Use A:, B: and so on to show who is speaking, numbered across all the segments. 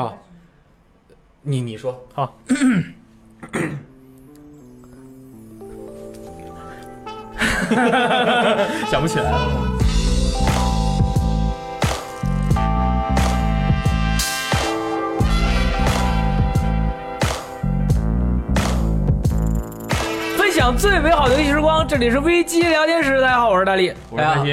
A: 啊，你你说
B: 好。想不起来了。
C: 分享最美好的游戏时光，这里是危机聊天室。大家好，我是大力，
B: 我是开心，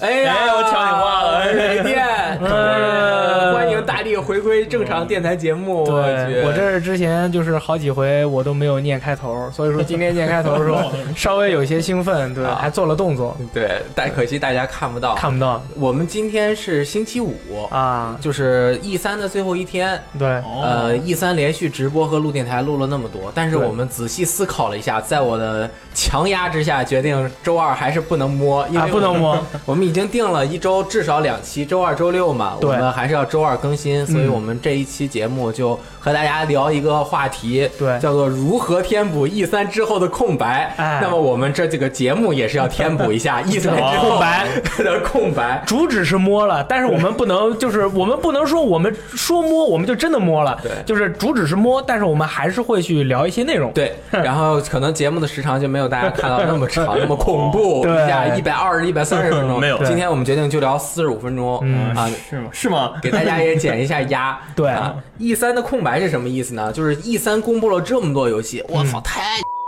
A: 哎呀，
B: 哎我抢你话了哎
A: 来电，
C: 哎
B: 嗯
A: 欢迎大力回归正常电台节目。我去
D: 对我这是之前就是好几回我都没有念开头，所以说今天念开头的 时候稍微有些兴奋，对，
A: 啊
D: 还做了动作，
A: 对，但可惜大家看不到。
D: 看不到
A: 我们今天是星期五，
D: 啊，
A: 就是 E 三的最后一天。
D: 对，
A: 呃
B: 哦，
A: ，E 三连续直播和录电台录了那么多，但是
D: 对
A: 我们仔细思考了一下，在我的强压之下，决定周二还是不能摸，因为
D: 啊
A: 我们
D: 不能 摸，
A: 我们已经定了一周至少两期，周二、周六嘛，我
D: 对
A: 们还是要周二更新，所以
D: 嗯
A: 我们这一期节目就和大家聊一个话题，
D: 对
A: 叫做如何填补 E 三之后的空白。
D: 哎
A: 那么我们这几个节目也是要填补一 下 E 三之后
D: 空白
A: 的空白。
D: 主旨是摸了，但是我们不能就是我们不能说我们说摸我们就真的摸了，
A: 对
D: 就是主旨是摸，但是我们还是会去聊一些内容，
A: 对，然后可能节目的时长就没有大家看到那么 长、那么恐怖，
D: 对
A: 一下一百二十、一百三十分 钟。
B: 没有
A: 今天我们决定就聊四十五分钟
D: 嗯
A: 啊，
B: 是吗？是吗？
A: 给大家也减一下压。
D: 对
A: 啊，E 三的空白是什么意思呢？就是 E 三公布了这么多游戏，
D: 嗯
A: 我操，太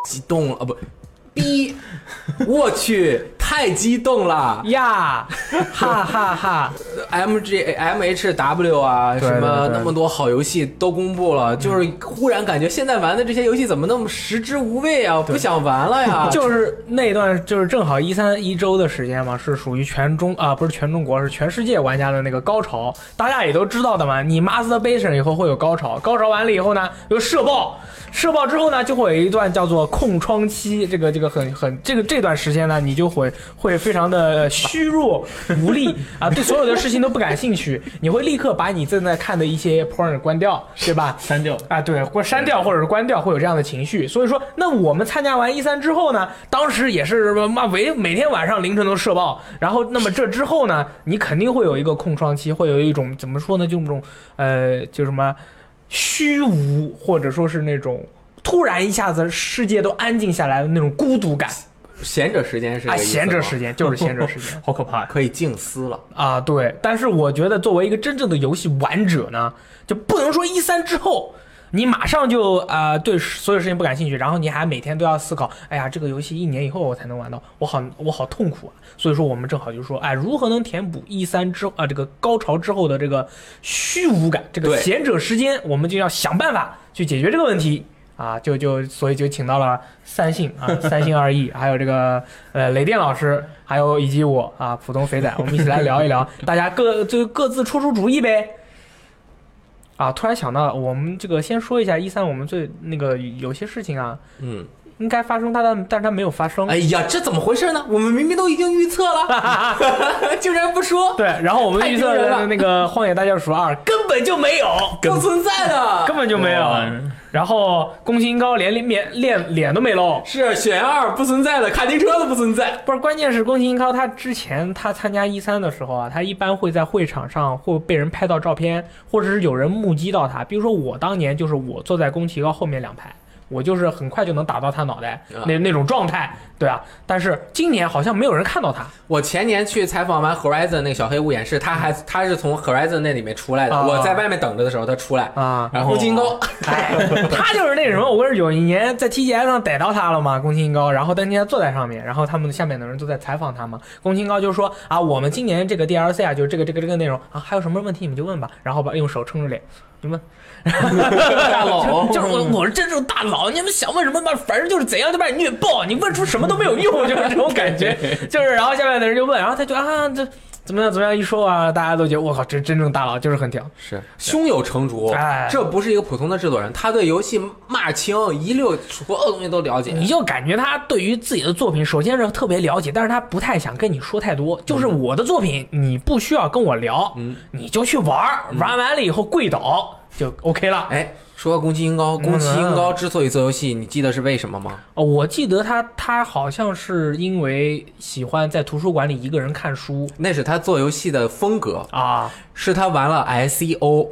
A: 激动了啊！不，逼，我 去，太激动了
D: 呀，哈哈哈，
A: ！M G M H W 啊，
D: 对
A: 什么
D: 对对嗯
A: 那么多好游戏都公布了，就是忽然感觉现在玩的这些游戏怎么那么食之无味啊？不想玩了呀！
D: 就是那段就是正好一三一周的时间嘛，是属于全中啊、不是全中国，是全世界玩家的那个高潮。大家也都知道的嘛，你 masturbation 以后会有高潮，高潮完了以后呢，有射爆，射爆之后呢，就会有一段叫做空窗期，这个这个很很这个这段时间呢，你就会会非常的虚弱无力啊，对所有的事情都不感兴趣，你会立刻把你正在看的一些 porn 关掉，对吧？
B: 删掉。
D: 啊，对，或删掉或者是关掉，会有这样的情绪。所以说，那我们参加完一三之后呢，当时也是妈每每天晚上凌晨都社爆，然后那么这之后呢，你肯定会有一个空窗期，会有一种怎么说呢，就那种呃，就什么虚无，或者说是那种。突然一下子，世界都安静下来的那种孤独感
A: 闲者时间是这
D: 啊！
A: 个意思
D: 闲着
A: 吗
D: 时间就是闲着时间，
B: 好可怕呀！
A: 可以静思了。
D: 啊，对，但是我觉得作为一个真正的游戏玩者呢，就不能说一三之后你马上就啊、呃对所有事情不感兴趣，然后你还每天都要思考，哎呀，这个游戏一年以后我才能玩到，我好我好痛苦啊。所以说我们正好就说，哎，如何能填补一三之啊、这个高潮之后的这个虚无感，这个
A: 对
D: 闲者时间，我们就要想办法去解决这个问题。啊，就就所以就请到了三姓啊， 三姓二义，还有这个呃，雷电老师，还有以及我啊，普通肥仔，我们一起来聊一聊，大家各就各自出出主意呗。啊，突然想到，我们这个先说一下一三，我们最那个有些事情啊，
A: 嗯，
D: 应该发生它，但但是它没有发生。
A: 哎呀，这怎么回事呢？我们明明都已经预测 了， 竟然不说，
D: 对，然后我们
A: 太
D: 预
A: 丢
D: 测
A: 人了
D: 的那个《荒野大救赎二》根本就没有，
A: 不存在的。
D: 根本就没有。然后宫崎英高连脸脸脸都没露，
A: 是选二不存在的，卡丁车都不存在。
D: 不是，关键是宫崎英高他之前他参加一三的时候啊，他一般会在会场上会被人拍到照片，或者是有人目击到他。比如说我当年就是我坐在宫崎英高后面两排，我就是很快就能打到他脑袋
A: 啊
D: 那那种状态，对啊。但是今年好像没有人看到他，
A: 我前年去采访完 Horizon 那个小黑屋演示，他还他是从 Horizon 那里面出来的，
D: 啊
A: 我在外面等着的时候他出来，
D: 啊
A: 然后宫崎英高，
D: 哎，他就是那什么，我是有一年在 TGS 上逮到他了嘛，宫崎英高，然后当天他坐在上面，然后他们下面的人都在采访他嘛，宫崎英高就说啊，我们今年这个 DLC 啊，就是这个这个这个内容啊，还有什么问题你们就问吧，然后把用手撑着脸，你们大
A: 佬
D: 就是我我是真正大佬，你们想问什么吧，反正就是怎样就把你虐爆，你问出什么都没有用，就是这种感觉，就是然后下面的人就问，然后他就啊这。怎么样？怎么样？一说啊，大家都觉得我靠，这真正大佬就是很屌。
A: 是胸有成竹
D: 哎，
A: 这不是一个普通的制作人，他对游戏骂清一溜所有东西都了解。
D: 你就感觉他对于自己的作品，首先是特别了解，但是他不太想跟你说太多。就是
B: 嗯
D: 我的作品，你不需要跟我聊，
A: 嗯
D: 你就去玩儿，
B: 嗯
D: 玩完了以后跪倒就 OK 了。
A: 哎，说到宫崎英高，宫崎英
D: 嗯
A: 高之所以做游戏，你记得是为什么吗？
D: 哦，我记得他他好像是因为喜欢在图书馆里一个人看书
A: 那是他做游戏的风格，
D: 啊
A: 是他玩了 ICO，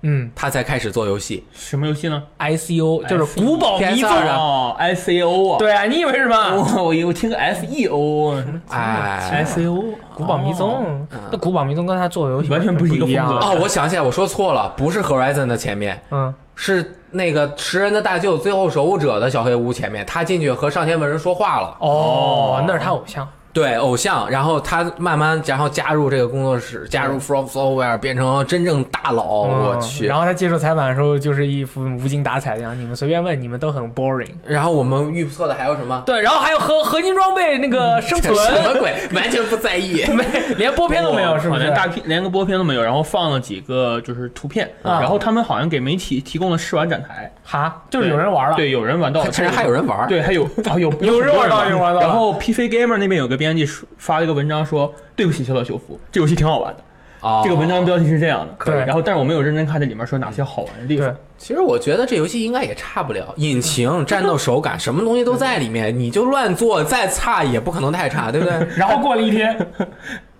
D: 嗯
A: E 他才开始做游戏。
B: 什么游戏呢？
D: ，ICO 就是
B: 哎
D: 古堡迷
A: PS2
D: 踪
A: 啊
B: 哦，ICO 啊，哦
D: 对啊，你以为是什么？
B: 我我以为我听个 E SEO
A: 哎，
B: SEO
D: 古堡迷踪，那古堡迷踪跟他做的游戏
B: 哦完全不
D: 不
B: 是一个
D: 一样
B: 风格
D: 啊。
A: 哦，我想起来，我说错了，不是 Horizon 的前面，
D: 嗯，
A: 是那个食人的大舅最后守护者的小黑屋前面，他进去和上天文人说话了。
D: 哦，那是他偶像。
A: 对偶像，然后他慢慢，然后加入这个工作室，加入 From Software，变成真正大佬。
D: 嗯
A: 我去，
D: 然后他接受采访的时候，就是一副无精打采的样子。你们随便问，你们都很 boring。
A: 然后我们预测的还有什么？
D: 对，然后还有合合金装备那个生存，
A: 什么鬼？完全不在意。哦
D: 没连播片都没有，是不
B: 哦好
D: 是
B: 像？大片连个播片都没有，然后放了几个就是图片，
D: 啊
B: 然后他们好像给媒体提供了试玩展台，
D: 哈，就是有人玩了。
B: 对，有人玩到了，
A: 竟然还有人玩儿
B: 对， 还有啊有
D: 有人玩到
B: 很多
D: 有人玩到
B: 然后 PC Gamer 那边有个编辑说发了一个文章说，对不起小岛秀夫，这游戏挺好玩的。
A: 哦
B: 这个文章标题是这样的，
D: 可以
B: 然后但是我没有认真看这里面说哪些好玩的地
D: 对
B: 方。，
A: 其实我觉得这游戏应该也差不了，引擎、战斗手感，什么东西都在里面，你就乱做，再差也不可能太差，对不对？
D: 然后过了一天，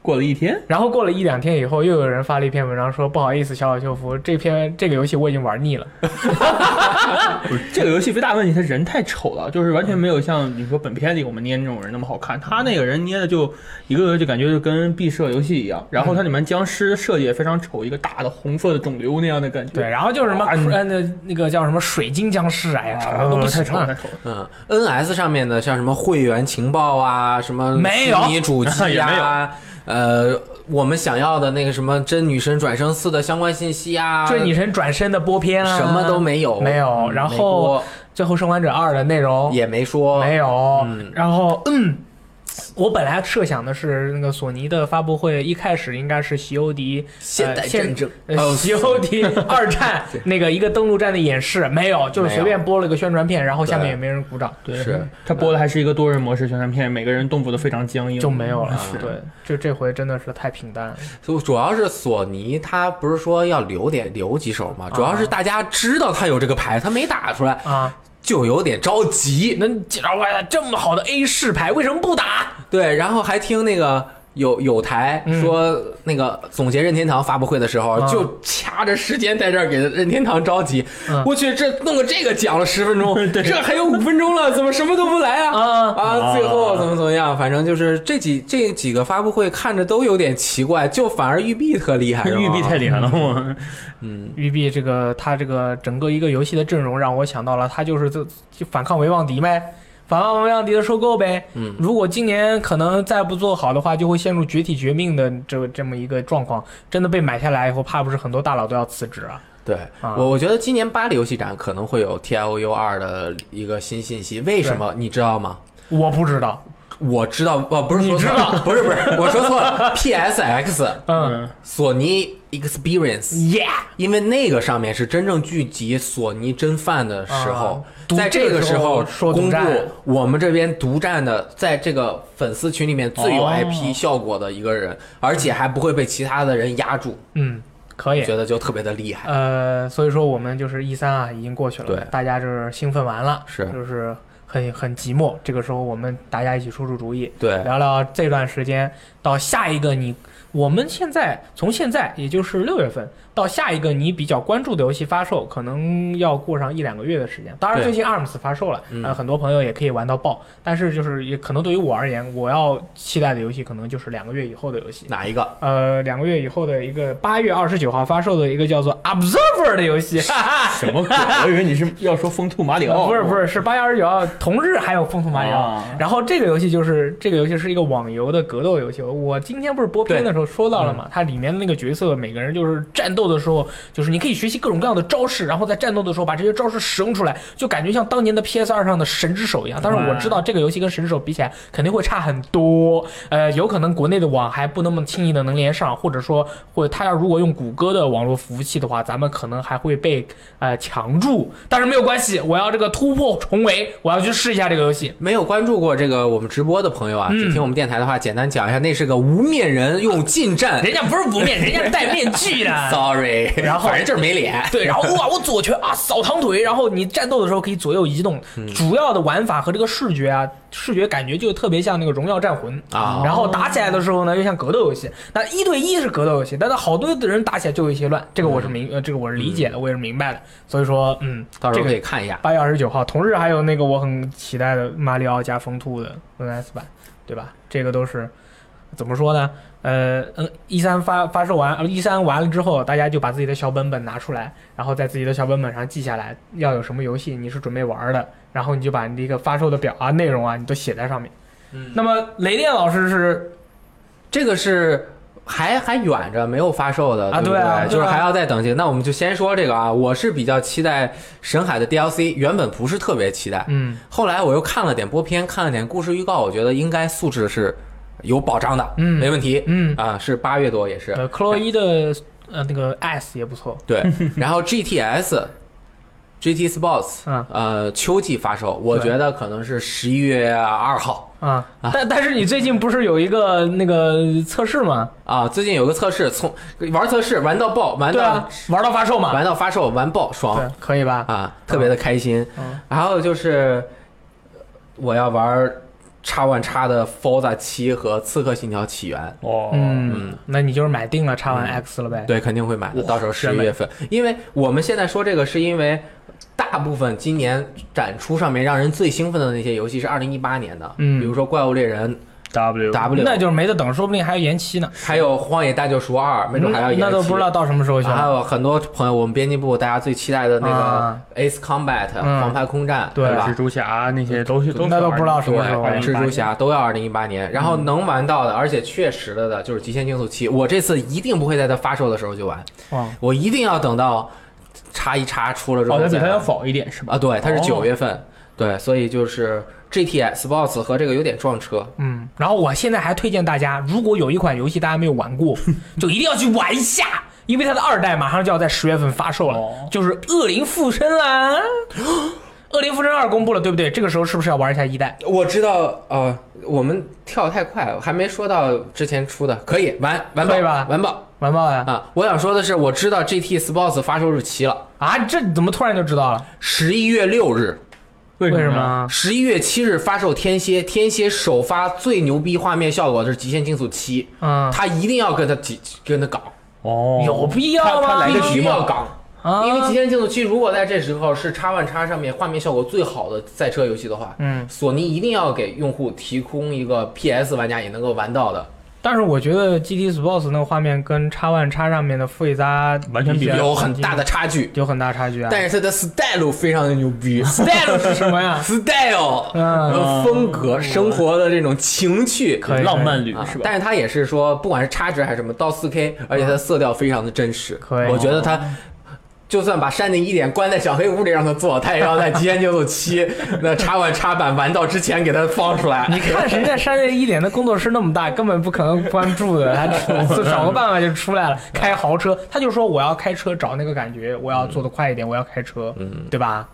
B: 过了一天，
D: 然后过了一两天以后，又有人发了一篇文章说：“不好意思，小小秀夫，这篇这个游戏我已经玩腻了。
B: 不是 这个游戏最大问题，他人太丑了，就是完全没有像你说本片里我们捏那种人那么好看。他那个人捏的就一个个就感觉就跟毕设游戏一样，然后它里面僵尸设计也非常丑，一个大的红色的肿瘤那样的感”觉。
D: 对，然后就是什么
B: 哇你
D: 呃那那个叫什么水晶僵尸，哎呀，
B: 啊，
D: 丑的都不
B: 太
D: 行
B: 丑了，
D: 了
B: 太。丑了。
A: 嗯，NS 上面的像什么会员情报啊，什么
D: 没有
A: 虚拟主 机
B: 也没有
A: 啊，呃，我们想要的那个什么真女神转生四的相关信息啊，
D: 追女神转身的播片啊，
A: 什么都没有，
D: 没有。然
A: 没
D: 后
A: 播
D: 最后《生还者二》的内容
A: 也没说，
D: 没有哎
A: 嗯。
D: 然后哦嗯，我本来设想的是那个索尼的发布会一开始应该是席欧迪
A: 现代战争，
D: 呃，西游 记二战那个一个登陆战的演示没有，就是随便播了个宣传片，然后下面
A: 对
D: 也没人鼓掌，
B: 对，
A: 是
B: 他播的还是一个多人模式宣传片，每个人动作都非常僵 硬，
D: 就没有了
A: 是。
D: 对，就这回真的是太平淡了。
A: 就主要是索尼，他不是说要留点留几手嘛，主要是大家知道他有这个牌，他没打出来，
D: 啊，
A: 就有点着急。
D: 那介绍外这么好的 A 市牌，为什么不打？
A: 对，然后还听那个有有台
D: 嗯
A: 说，那个总结任天堂发布会的时候，
D: 啊
A: 就掐着时间在这儿给任天堂着急。
D: 嗯
A: 我去，这弄个这个讲了十分钟，这还有五分钟了，怎么什么都不来啊？
D: 啊
A: 啊，
B: 啊
A: 最后怎么怎么样？反正就是这几这几个发布会看着都有点奇怪，就反而育碧特厉害，是吧
B: 玉璧太厉害了，我
D: 育碧这个他这个整个一个游戏的阵容让我想到了，他就是这就反抗维旺迪呗。反抗维旺迪的收购呗，
A: 嗯
D: 如果今年可能再不做好的话，就会陷入绝体绝命的这这么一个状况。真的被买下来以后，怕不是很多大佬都要辞职啊。
A: 对
D: 啊
A: 我，我觉得今年巴黎游戏展可能会有 T L U 二的一个新信息，为什么你知道吗？
D: 我不知道，
A: 我知道，哦，不是说错了， 不是不是，我说错了，P S X
D: 嗯，
A: 索尼 Experience，
D: 耶、
A: 因为那个上面是真正聚集索尼真饭的时候
D: 啊，独
A: 在这个时候
D: 这个时候说
A: 公
D: 独
A: 布
D: 占
A: 我们这边独占的，在这个粉丝群里面最有
B: 哦
A: IP 效果的一个人，而且还不会被其他的人压住，
D: 嗯，可以。
A: 觉得就特别的厉害。
D: 呃，所以说我们就是一三啊，已经过去了，
A: 对
D: 大家就是兴奋完了，
A: 是
D: 就是很很寂寞。这个时候我们大家一起出出主意，
A: 对，
D: 聊聊这段时间到下一个你，我们现在从现在也就是六月份到下一个你比较关注的游戏发售，可能要过上一两个月的时间。当然，
A: 对
D: 最近 ARMS 发售了，
A: 嗯
D: 呃，很多朋友也可以玩到爆，但是就是也可能对于我而言，我要期待的游戏可能就是两个月以后的游戏。
A: 哪一个？
D: 呃，两个月以后的一个八月二十九号发售的一个叫做 Observer 的游戏，
B: 什么鬼？我以为你是要说疯兔马里 奥，
D: 不是不
B: 是，
D: 是是八月二十九号同日还有风速马里
A: 哦
D: 奥。
B: 啊
D: 然后这个游戏就是这个游戏是一个网游的格斗游戏。我今天不是播片的时候说到了嘛，它里面的那个角色每个人就是战斗的时候，就是你可以学习各种各样的招式，然后在战斗的时候把这些招式使用出来，就感觉像当年的 PS 二上的神之手一样。但是我知道这个游戏跟神之手比起来肯定会差很多，呃，有可能国内的网还不那么轻易的能连上，或者说，或者他要如果用谷歌的网络服务器的话，咱们可能还会被呃强住。但是没有关系，我要这个突破重围，我要去试一下这个游戏。
A: 没有关注过这个我们直播的朋友啊，
D: 嗯
A: 只听我们电台的话，简单讲一下，那是个无面人用近 战
D: 人家不是不面，人家戴面 具的。
A: ，sorry，
D: 然后
A: 反正就是没脸。
D: 对，然后哇，我左拳啊扫堂腿，然后你战斗的时候可以左右移动，主要的玩法和这个视觉啊，视觉感觉就特别像那个《荣耀战魂》
A: 啊
D: 然后打起来的时候呢，又像格斗游戏。那一对一是格斗游戏，但是好多的人打起来就有一些乱，这个我是明，呃，这个我是理解的，我也是明白的。所以说，嗯，
A: 到时
D: 这
A: 候
D: 个
A: 可以看一下。
D: 八月二十九号，同日还有那个我很期待的《马里奥加疯兔》的 NS 版，对吧？这个都是怎么说呢？呃，嗯，一三发发售完，一三完了之后，大家就把自己的小本本拿出来，然后在自己的小本本上记下来要有什么游戏你是准备玩的，然后你就把你这个发售的表啊、内容啊，你都写在上面。
A: 嗯
D: 那么雷电老师是
A: 这个是还还远着没有发售的
D: 啊
A: 对不
D: 对啊
A: 就是
D: 对啊
A: 还要再等些。那我们就先说这个啊，我是比较期待神海的 DLC，原本不是特别期待，
D: 嗯
A: 后来我又看了点播片，看了点故事预告，我觉得应该素质是有保障的，
D: 嗯
A: 没问题。
D: 嗯，
A: 啊，是八月多也是
D: 呃，克洛伊的呃那个 S 也不错，
A: 对，然后 GTS、GT Sports，
D: 嗯
A: 呃，秋季发售，我
D: 对
A: 觉得可能是十一月二号，
D: 啊，
A: 啊
D: 但但是你最近不是有一个那个测试吗？
A: 啊，最近有个测试，从玩测试玩到爆，玩
D: 对
A: 到、
D: 啊，玩到发售嘛，
A: 玩到发售，玩爆爽
D: 对，可以吧？
A: 啊，特别的开心。
D: 嗯
A: 然后就是呃我要玩叉 One 叉的 Forza 七和刺客信条起源，
B: 哦，
D: 嗯，那你就是买定了叉完
A: 嗯
D: X 了呗？
A: 对，肯定会买的，
B: 哇
A: 到时候十
B: 真
A: 一
B: 美
A: 月份，因为我们现在说这个是因为。大部分今年展出上面让人最兴奋的那些游戏是二零一八年的，
D: 嗯
A: 比如说《怪物猎人
B: W
A: W》，
D: 那就是没得等，说不定还要延期呢。
A: 还有《荒野大救赎二》，没准还要
D: 嗯
A: 延期。啊
D: 那都不知道到什么时候去
A: 还
D: 了。
A: 有很多朋友，我们编辑部大家最期待的那
D: 啊
A: 个 Ace Combat、
D: 嗯
A: 黄牌空战，
D: 对
A: 吧
B: 蜘？蛛侠那些都是都是
D: 那都不知道
B: 玩
D: 什么时候
B: 对
A: 蜘蛛侠都要二零一八年，然后
B: 嗯
A: 能玩到的，而且确实的的就是《极限竞速七》，我这次一定不会在它发售的时候就玩，
D: 哦
A: 我一定要等到叉一叉出了之
B: 哦，
A: 后
B: 它比
A: 再
B: 它
A: 玩
B: 要早一点是吧？
A: 啊，对，它是
B: 哦
A: 九月份，对，所以就是 GTS Sports 和这个有点撞车，
D: 嗯，然后我现在还推荐大家，如果有一款游戏大家没有玩过，就一定要去玩一下，因为它的二代马上就要在十月份发售了，
B: 哦
D: 就是《恶灵附身》啦，《恶灵附身二》公布了，对不对？这个时候是不是要玩一下一代？
A: 我知道，呃，我们跳得太快了，还没说到之前出的，可以玩玩
D: 可
A: 爆
D: 以吧
A: 玩爆
D: 玩爆呀！
A: 啊！我想说的是，我知道 GT Sports 发售日期了，
D: 啊，这怎么突然就知道了？
A: 十一月六日，
B: 为
D: 为什
B: 么呢？
D: 么？
A: 十一月七日发售天蝎，天蝎首发最牛逼画面效果的是《极限竞速七》，
D: 嗯，
A: 他一定要跟他几跟他搞，
B: 哦，
D: 有必要
B: 他他
D: 吗？
B: 来
A: 必
B: 个题
A: 须
B: 目
A: 要搞。
D: 啊，
A: 因为《极限竞速七》如果在这时候是 X One X 上面画面效果最好的赛车游戏的话，
D: 嗯，
A: 索尼一定要给用户提供一个 PS 玩家也能够玩到的，
D: 但是我觉得 GT Sports 那个画面跟 X One X 上面的费萨
B: 完全比不了
A: 有很大的差距。
D: 有很大差距啊。啊
A: 但是它的 style 非常的牛逼
D: style 是什么呀？
A: ，style，
D: 嗯，
A: 呃风格、生活的这种情趣，
D: 可以
B: 浪漫旅
A: 啊
B: 是吧？
A: 但是它也是说，不管是差值还是什么，到四 K，而且它的色调非常的真实。
D: 可以哦
A: 我觉得它就算把山顶一点关在小黑屋里让它做，它也要在《极限竞速 七》那插完插板玩到之前给它放出来。
D: 你看人家山内一点的工作室那么大，根本不可能关注的，他只找个办法就出来了，开豪车。他就说我要开车找那个感觉，我要做的快一点，我要开车，嗯，对吧？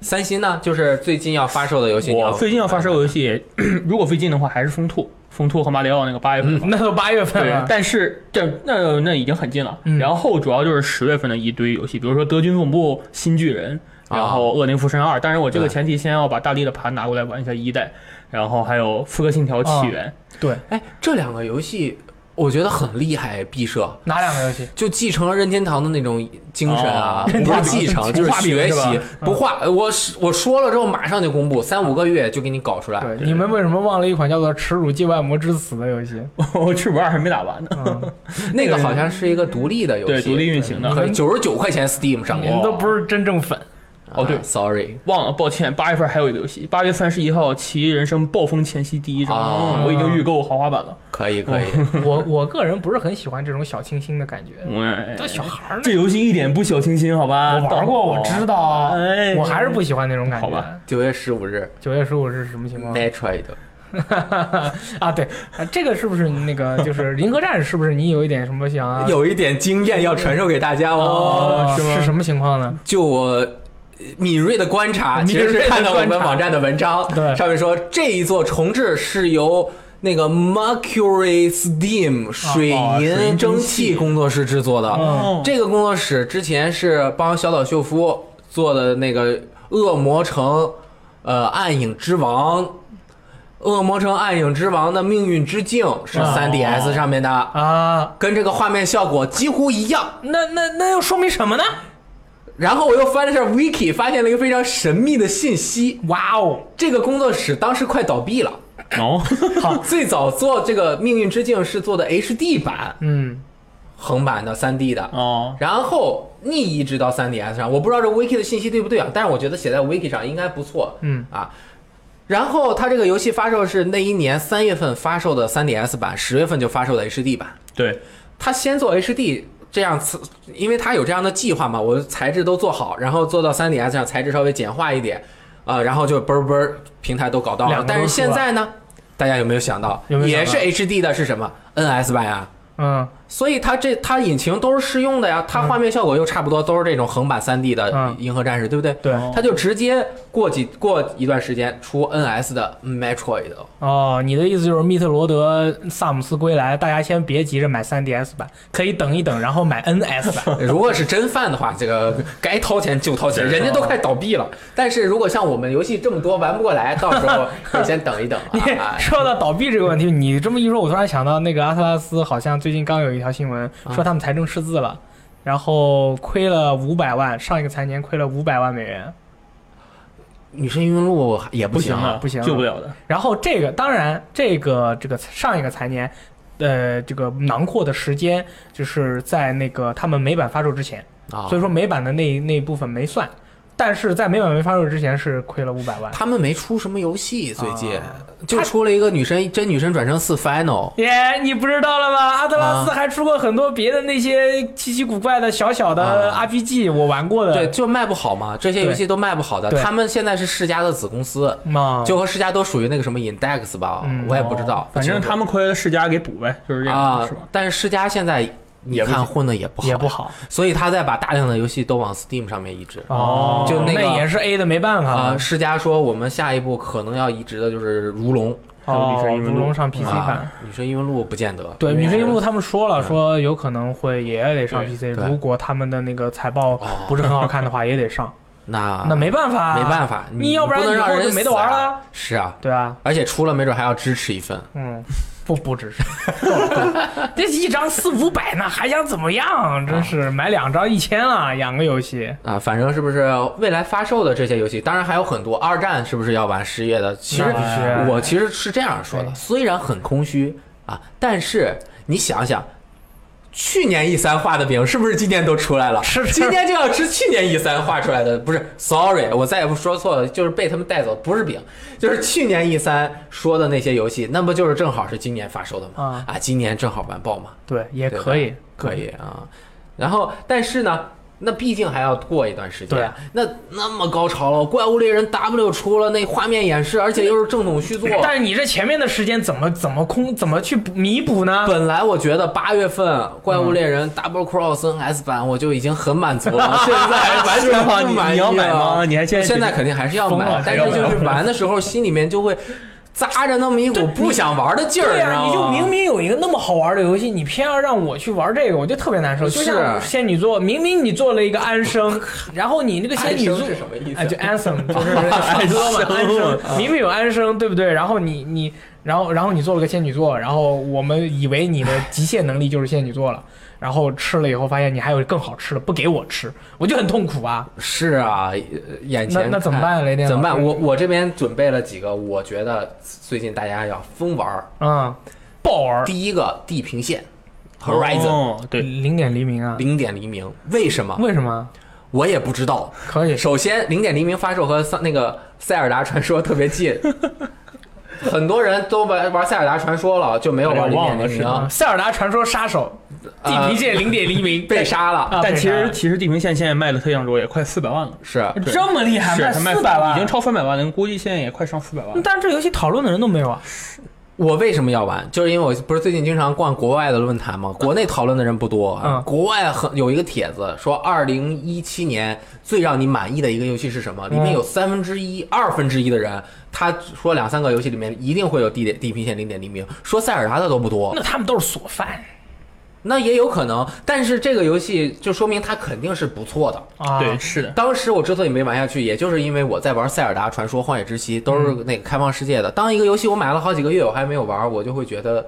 A: 三星呢，就是最近要发售的游戏，你
B: 我
A: 要
B: 最近要发售游戏， 如果最近的话还是风兔，风兔和马里奥那个八月
A: 嗯
B: 份吧。
D: 那都八月份
B: 对
D: 了，，
B: 但是这那那已经很近了。
D: 嗯
B: 然后主要就是十月份的一堆游戏，比如说《德军总部》《新巨人》，
A: 啊
B: 然后《恶灵附身二》。当然，我这个
A: 对
B: 前提先要把大力的盘拿过来玩一下一代，然后还有《刺客信条：起源》
D: 对，
A: 哎，这两个游戏我觉得很厉害，毕设。
D: 哪两个游戏？
A: 就继承了任天堂的那种精神啊，
B: 哦
A: 不是继承，就
B: 不
A: 是
B: 画饼
A: 学
B: 是吧嗯
A: 习，不画。呃我是我说了之后马上就公布，三五个月就给你搞出来。
D: 对，你们为什么忘了一款叫做《耻辱界外魔之死》的游戏？
B: 我赤膊二还没打完呢。
D: 嗯，
A: 那个好像是一个独立的游
B: 对，
A: 戏，
B: 独立运行的。
A: 可以九十九块钱 Steam 上
D: 你
A: 面
D: 们。都不是真正粉。
B: 哦对
A: 啊，sorry，
B: 忘了，抱歉。八月份还有一个游戏，八月三十一号《奇异人生暴风前夕》第一章，
A: 哦
B: 我已经预购豪华版了。
A: 可以可以。
B: 哦
D: 我我个人不是很喜欢这种小清新的感觉，
B: 哎
D: 都小孩儿呢
B: 这。游戏一点不小清新，好吧？
D: 我玩过，我知道，
B: 哎
D: 我还是不喜欢那种感
B: 好吧
D: 觉。
A: 九月十五日
D: 九月十五是什么
A: 哦
D: 情况？
A: ，Metroid，
D: 啊，对，啊这个是不是那个就是银河战士？是不是你有一点什么想啊？
A: 有一点经验要传授给大家哦。
D: 哦，
B: 是吗
D: 是什么情况呢？
A: 就我呃敏锐的观察，
D: 敏
A: 其
D: 锐地
A: 实是看到我
D: 观
A: 们
D: 察
A: 网站的文章
D: 对，
A: 上面说这一座重置是由那个 Mercury Steam 水
B: 水
A: 银
B: 银
A: 蒸
B: 蒸
A: 汽
B: 汽
A: 工作室嗯制作的。
B: 哦
A: 这个工作室之前是帮小岛秀夫做的那个《恶魔城》，呃，《暗影之王》。《恶魔城：暗影之王》的命运之境是
D: 哦
A: 3DS 上面的，
D: 啊，
A: 跟这个画面效果几乎一样。
D: 那那那又说明什么呢？
A: 然后我又翻了一下 Wiki，发现了一个非常神秘的信息：
D: 哇哦，
A: 这个工作室当时快倒闭了。
B: 哦，
D: 啊
A: 最早做这个《命运之境》是做的 HD 版
D: 嗯，
A: 横版的 3D 的，
D: 啊
B: 哦，
A: 然后逆移植到 3DS 上。我不知道这 Wiki 的信息对不对啊，但是我觉得写在 Wiki 上应该不错。
D: 嗯
A: 啊。然后它这个游戏发售是那一年三月份发售的 3DS 版，十月份就发售的 HD 版。
B: 对，
A: 他先做 HD 这样次，因为他有这样的计划嘛，我材质都做好，然后做到 3DS 上材质稍微简化一点，啊、然后就嘣儿嘣儿平台都搞到
D: 两
A: 了
D: 个。都
A: 但是
D: 出
A: 现
D: 了
A: 在呢，大家有没有想到，
D: 有没有
A: 也
D: 想
A: 是
D: 到
A: HD 的是什么 NS 版啊？
D: 嗯
A: 所以它这它引擎都是适用的呀，它画面效果又差不多，都是这种横版 3D 的《
D: 嗯
A: 银河战士》，对不对？
D: 对
B: 哦
A: 它就直接过几过一段时间出 NS 的 Metroid，
D: 哦，你的意思就是密特罗德萨姆斯归来，大家先别急着买 3DS 版，可以等一等，然后买 NS 版。
A: 如果是真犯的话，这个该掏钱就掏钱，人家都快倒闭了。但是如果像我们游戏这么多玩不过来，到时候得先等一等
D: 你
A: 啊。
D: 说到倒闭这个问题，你这么一说，我突然想到那个阿特拉斯好像最近刚有一条新闻
A: 啊
D: 说他们财政赤字了，然后亏了五百万，上一个财年亏了五百万美元。
A: 女神异闻录也不
B: 不行
A: 行
B: 的，
A: 啊，
D: 不行啊
B: 救不了的。
D: 然后这个当然，这个这个上一个财年，呃，这个囊括的时间就是在那个他们美版发售之前，
A: 啊
D: 所以说美版的那那一部分没算，但是在美版没发售之前是亏了五百万。
A: 他们没出什么游戏，最近、
D: 啊
A: 就出了一个女神真女神转生四 Final，
D: 耶你不知道了吧？
A: 啊
D: 阿特拉斯还出过很多别的那些稀奇古怪的小小的
A: 啊
D: RPG，、我玩过的。
A: 对，就卖不好嘛，这些游戏都卖不好的。
D: 对
A: 他们现在是世嘉的子公司，
D: 嘛，
A: 就和世嘉都属于那个什么 Index 吧，
D: 嗯
A: 我也不知道，
B: 哦反正他们亏了世家给补呗，就是这样，
A: 啊
B: 是吧？，
A: 但是世嘉现在你
B: 也不
A: 看
B: 行
A: 混的也不好，
D: 也不好
A: 所以他在把大量的游戏都往 Steam 上面移植。
D: 啊
B: 哦
A: 就那
D: 那
A: 个
D: 也是 A 的没办法
A: 啊、
D: 了。
A: 世嘉说我们下一步可能要移植的就是如龙
D: 哦，
B: 还有女神异闻录
D: 如龙上 PC 版。
A: 啊，女神异闻录不见得。
D: 对，
A: 因为
D: 女神异闻录
A: 是
D: 他们说了，说有可能会也得上
B: 对
D: PC，
A: 对
D: 如果他们的那个财报
A: 哦
D: 不是很好看的话，也得上。
A: 那
D: 那没办法，
A: 没办法，
D: 你要不然
A: 不能
D: 以
A: 让
D: 后
A: 人
D: 就没得玩
A: 死啊
D: 了。
A: 是啊，
D: 对啊，
A: 而且出了没准还要支持一份。
D: 嗯，不不 支持，够了够了这一张四五百呢，还想怎么样？真是买两张一千了，养个游戏。
A: 啊，反正是不是未来发售的这些游戏，当然还有很多。二战是不是要玩失业的？其实
D: 那必须啊
A: 我其实是这样说的，
D: 对
A: 虽然很空虚啊，但是你想想，去年 E 三画的饼是不是今年都出来了？
D: 是是
A: 今年就要吃去年 E 三画出来的，不是？Sorry，我再也不说错了，就是被他们带走，不是饼，就是去年 E 三说的那些游戏，那不就是正好是今年发售的吗
D: 啊？
A: 啊，今年正好完爆嘛。
D: 对，也
A: 对吧
D: 可以，
A: 可以啊。然后，但是呢，那毕竟还要过一段时间。
D: 对啊
A: 那那么高潮了，《怪物猎人 W》出了，那画面演示，而且又是正统续作。
D: 但是你这前面的时间怎么怎么空，怎么去补弥补呢？
A: 本来我觉得八月份《怪物猎人 Double Cross NS 版》我就已经很满足了，现在完全
B: 是吗
A: 不
B: 你
A: 满意
B: 你要买
A: 了
B: 吗你还现在
A: 现在肯定还是要
D: 疯
A: 买
D: 了，
A: 但是
B: 还是
A: 就
B: 要买
A: 是玩的时候心里面就会扎着那么一股不想玩的劲儿，
D: 对呀、
A: 你
D: 你
A: 知道
D: 就
A: 吗
D: 明明有一个那么好玩的游戏，你偏要让我去玩这个，我就特别难受。就是像仙女座，明明你做了一个安生， 然后你那个仙女座
A: 安生 是什么意思啊
D: 哎，就 anthem 就是唱歌嘛，安生。明明有安生，对不对？然后你你，然后然后你做了个仙女座，然后我们以为你的极限能力就是仙女座了。然后吃了以后，发现你还有更好吃的，不给我吃，我就很痛苦啊！
A: 是啊，呃眼前
D: 那那怎么
A: 看
D: 办雷电
A: 怎么
D: 老
A: 办？
D: 师
A: 我我这边准备了几个，我觉得最近大家要疯玩儿。
D: 嗯，爆玩
A: 第一个《地平线》（Horizon：嗯
B: 哦对，
D: 零点黎明啊！
A: 零点黎明》，为什么？
D: 为什么
A: 我也不知道。
D: 可以？
A: 首先，《零点黎明》发售和三那个《塞尔达传说》特别近，很多人都玩玩《塞尔达传说》了，就没有玩《零
B: 忘
A: 点
B: 了
A: 黎
B: 是
A: 明》
D: 啊，
B: 吗，
D: 塞尔达传说杀手，地
A: 呃
D: 平线零点黎明
A: 被杀了。
D: 啊
B: 但其
D: 被杀
B: 实其实地平线现在卖的特效镯也快四百万了，
A: 是
B: 对
D: 哎这么厉害，
B: 是它
D: 四百万，
B: 已经。超三百万了，估计现在也快上四百万了。
D: 但是这游戏讨论的人都没有啊，
A: 我为什么要玩？就是因为我不是最近经常逛国外的论坛嘛，国内讨论的人不多啊。
D: 嗯
A: 国外很有一个帖子说，二零一七年最让你满意的一个游戏是什
D: 嗯
A: 么？里面有三分之一、二分之一的人，他说两三个游戏里面一定会有地点地平线零点黎明，说塞尔达的都不多。
D: 那他们都是锁饭
A: 那也有可能，但是这个游戏就说明它肯定是不错的。
D: 啊，
B: 对，是的，
A: 当时我之所以没玩下去，也就是因为我在玩《塞尔达传说：荒野之息》，都
D: 嗯
A: 是那个开放世界的。当一个游戏我买了好几个月，我还没有玩，我就会觉得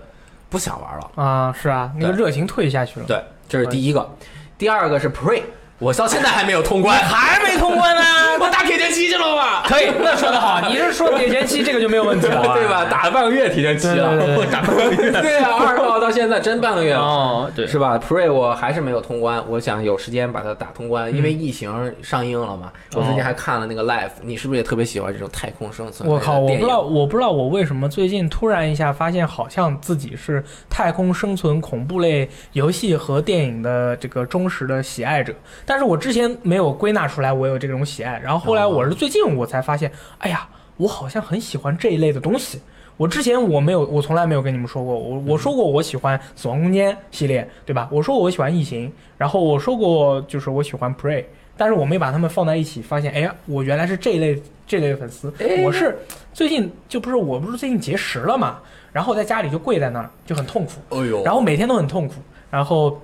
A: 不想玩了。
D: 啊，是啊，那个
A: 对
D: 热情退下去了，
A: 对，这是第一个。第二个是 Pre，我到现在还没有通关，
D: 还没通 关呢。
A: 我打铁拳七去了吧？
D: 可以，那说 得好，啊你是说铁拳七这个就没有问题 了，
A: 对吧？？打了半个月铁拳七
D: 对对
A: 了，
D: 对对，
A: 对啊，二号到现在真半个月了。
B: 哦，对，
A: 是吧？Pre 我还是没有通关，我想有时间把它打通关，因为《异形》上映了嘛。我最近还看了那个 Life，你是不是也特别喜欢这种太空生存类
D: 我
A: 的电影？
D: 靠，我不知道，我不知道我为什么最近突然一下发现，好像自己是太空生存恐怖类游戏和电影的这个忠实的喜爱者，但是我之前没有归纳出来我有这种喜爱，然后后来我是最近我才发现，哎呀，我好像很喜欢这一类的东西。我之前我没有，我从来没有跟你们说过，我我说过我喜欢《死亡空间》系列，对吧？我说我喜欢《异形》，然后我说过就是我喜欢《Prey》，但是我没把它们放在一起，发现哎呀，我原来是这一类这类的粉丝，
A: 哎
D: 我是最近就不是我不是最近节食了嘛，然后在家里就跪在那儿就很痛苦，
A: 哎呦，
D: 然后每天都很痛苦，然后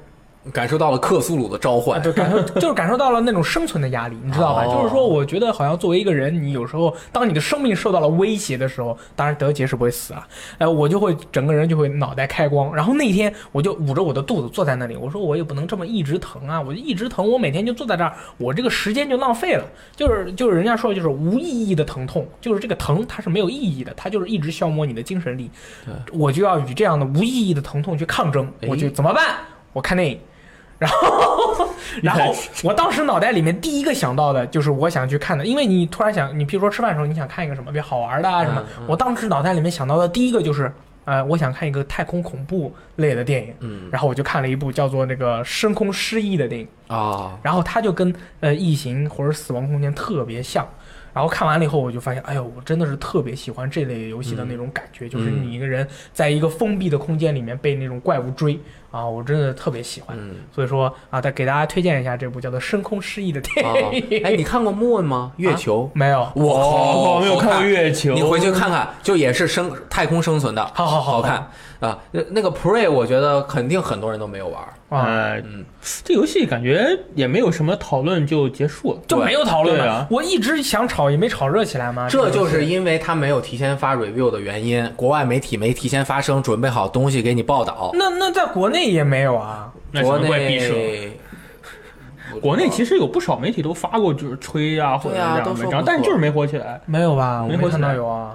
A: 感受到了克苏鲁的召唤
D: 啊，。对，感受就是感受到了那种生存的压力，你知道吧？
A: 哦
D: 就是说，我觉得好像作为一个人，你有时候当你的生命受到了威胁的时候，当然得杰是不会死啊，呃，我就会整个人就会脑袋开光。然后那天我就捂着我的肚子坐在那里，我说我也不能这么一直疼啊，我就一直疼，我每天就坐在这儿，我这个时间就浪费了。就是就是人家说的就是无意义的疼痛，就是这个疼它是没有意义的，它就是一直消磨你的精神力。我就要与这样的无意义的疼痛去抗争，
A: 哎
D: 我就怎么办？我看电影。然后， 然后我当时脑袋里面第一个想到的就是我想去看的，因为你突然想，你比如说吃饭的时候你想看一个什么，比如好玩的啊什么
A: 嗯，嗯
D: 我当时脑袋里面想到的第一个就是，呃，我想看一个太空恐怖类的电影，
A: 嗯
D: 然后我就看了一部叫做那个《深空失忆》的电影，
A: 啊，
D: 然后它就跟呃《异形》或者《死亡空间》特别像。然后看完了以后，我就发现，哎呦，我真的是特别喜欢这类游戏的那种感觉，就是你一个人在一个封闭的空间里面被那种怪物追啊，我真的特别喜欢。
A: 嗯，
D: 所以说啊，再给大家推荐一下这部叫做《深空失忆》的
A: 啊
D: 电影。
A: 哎，你看过《莫问》吗？月球？
D: 没有，
A: 啊我靠
B: 哦，没有看过月球，
A: 你回去看看，就也是生太空生存的，
D: 好好好
A: 好看啊。那那个 Pre，我觉得肯定很多人都没有玩。
D: 啊，
B: 哎，
A: 嗯
B: 这游戏感觉也没有什么讨论就结束了，
D: 就没有讨论
B: 对
D: 了
B: 啊。
D: 我一直想炒，也没炒热起来嘛。
A: 这
D: 个
A: 就
D: 东西
A: 是因为他没有提前发 review 的原因，国外媒体没提前发声，准备好东西给你报道。
D: 那那在国内也没有啊。
B: 那只
A: 国
B: 能怪毕设。
A: 内，
B: 国内其
A: 实
B: 实有不少媒体都发过，就是吹啊或者
A: 对
B: 这
A: 啊
B: 样的
A: 都说
B: 文
A: 不
B: 章，但是
A: 错
B: 就是没火起来。
D: 没有吧？我
B: 没
D: 没
B: 火起
D: 看到
B: 来
D: 有啊。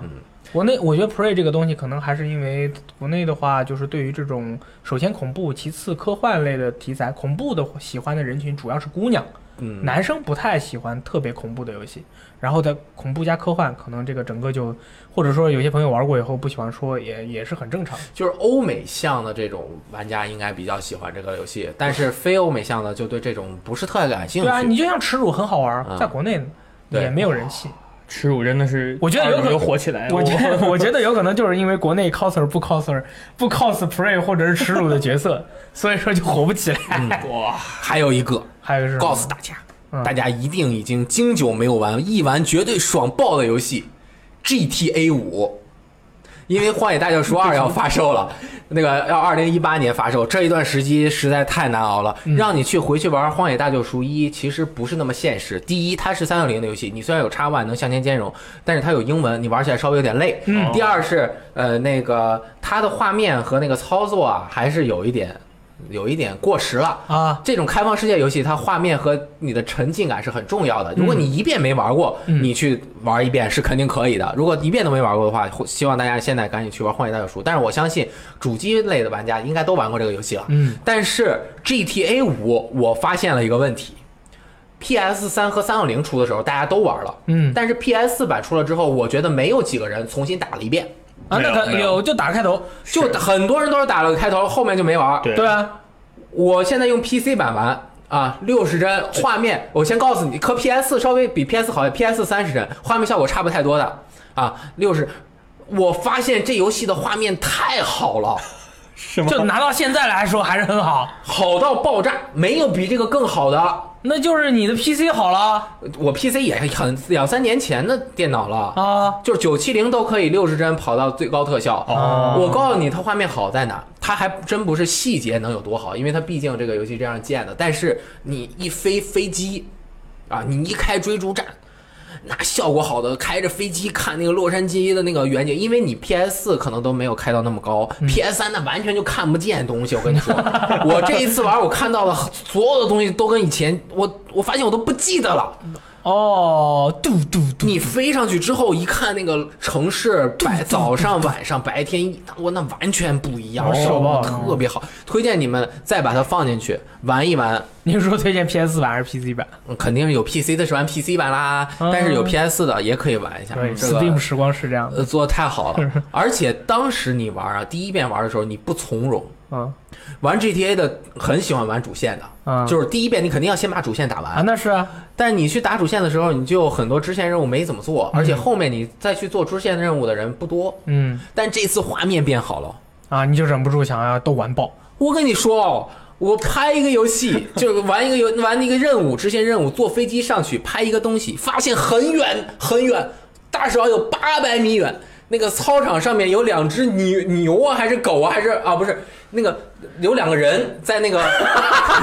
D: 国内我觉得 Prey 这个东西，可能还是因为国内的话，就是对于这种首先恐怖，其次科幻类的题材，恐怖的喜欢的人群主要是姑娘，
A: 嗯，
D: 男生不太喜欢特别恐怖的游戏。然后在恐怖加科幻，可能这个整个就，或者说有些朋友玩过以后不喜欢说，也也是很正常。
A: 就是欧美向的这种玩家应该比较喜欢这个游戏，但是非欧美向的就对这种不是特感兴
D: 对啊，
A: 趣。
D: 你就像耻辱很好玩，
A: 嗯
D: 在国内
A: 对
D: 也没有人气。
B: 耻辱真的是，
D: 我觉得有可能
B: 有火起来。
D: 我觉得，我觉得有可能就是因为国内 coser 不 coser 不 cosplay 或者是耻辱的角色，所以说就火不起来。
B: 哇，
D: 啊
A: 还有一个
D: 还有是
A: 告诉大家，
D: 嗯
A: 大家一定已经经久没有玩，一玩绝对爽爆的游戏，GTA 五。因为《荒野大救赎 二》要发售了，那个要二零一八年发售，这一段时机实在太难熬了。
D: 嗯
A: 让你去回去玩《荒野大救赎一》，其实不是那么现实。第一，它是三六零的游戏，你虽然有叉 Y 能向前兼容，但是它有英文，你玩起来稍微有点累。
D: 嗯
A: 第二是呃那个它的画面和那个操作啊，还是有一点有一点过时了。
D: 啊，
A: 这种开放世界游戏，它画面和你的沉浸感是很重要的。如果你一遍没玩过，
D: 嗯
A: 你去玩一遍是肯定可以的。如果一遍都没玩过的话，或希望大家现在赶紧去玩《荒野大救赎》。但是我相信主机类的玩家应该都玩过这个游戏了。
D: 嗯，
A: 但是 GTA 五，我发现了一个问题，PS 三和三六零出的时候大家都玩了，
D: 嗯
A: 但是 PS 四版出了之后，我觉得没有几个人重新打了一遍，
D: 啊，那可
B: 没有没有
D: 有就打开头，
A: 就很多人都是打了个开头，后面就没玩。
B: 对
D: 对啊，
A: 我现在用 PC 版玩啊，六十帧画面，我先告诉你，和 PS 稍微比 PS 好，PS 三十帧，画面效果差不太多的啊，六十。我发现这游戏的画面太好了，
B: 是吗？
D: 就拿到现在来说还是很好，
A: 好到爆炸，没有比这个更好的。
D: 那就是你的 PC 好了
A: 我 PC 也很两三年前的电脑了
D: 啊，
A: 就是九七零都可以六十帧跑到最高特效。
B: 哦
A: 我告诉你，它画面好在哪儿，它还真不是细节能有多好，因为它毕竟这个游戏这样建的。但是你一飞飞机，啊，你一开追逐战。那效果好的，开着飞机看那个洛杉矶的那个远景，因为你 PS 四可能都没有开到那么高、p s 三那完全就看不见东西。我跟你说，我这一次玩，我看到了所有的东西都跟以前，我我发现我都不记得了。
D: 哦，嘟嘟嘟，
A: 你飞上去之后一看那个城市，白早上、晚上、白天，一我那完全不一样，
D: 哦
A: 效
D: 爽爆
A: 果
D: 了
A: 特别好，推荐你们再把它放进去玩一玩。
D: 你是说推荐 PS 版还是 PC 版？
A: 嗯肯定是有 PC 的是玩 PC 版啦，
D: 嗯
A: 但是有 PS 的也可以玩一下。这个
D: Steam 时光是这样的，
A: 呃做的太好 了，而且当时你玩啊，第一遍玩的时候你不从容，
D: 嗯
A: 玩 GTA 的很喜欢玩主线的。
D: 嗯，
A: 就是第一遍，你肯定要先把主线打完
D: 啊，，那是啊，
A: 但你去打主线的时候，你就有很多支线任务没怎么做，而且后面你再去做支线任务的人不多。
D: 嗯
A: 但这次画面变好了。
D: 啊，你就忍不住想要都完爆，
A: 我跟你说哦，我拍一个游戏， 就是玩一个游玩一个任务，支线任务，坐飞机上去拍一个东西，发现很远很远，大少有八百米远。那个操场上面有两只牛牛啊，还是狗啊，还是啊不是那个有两个人在那个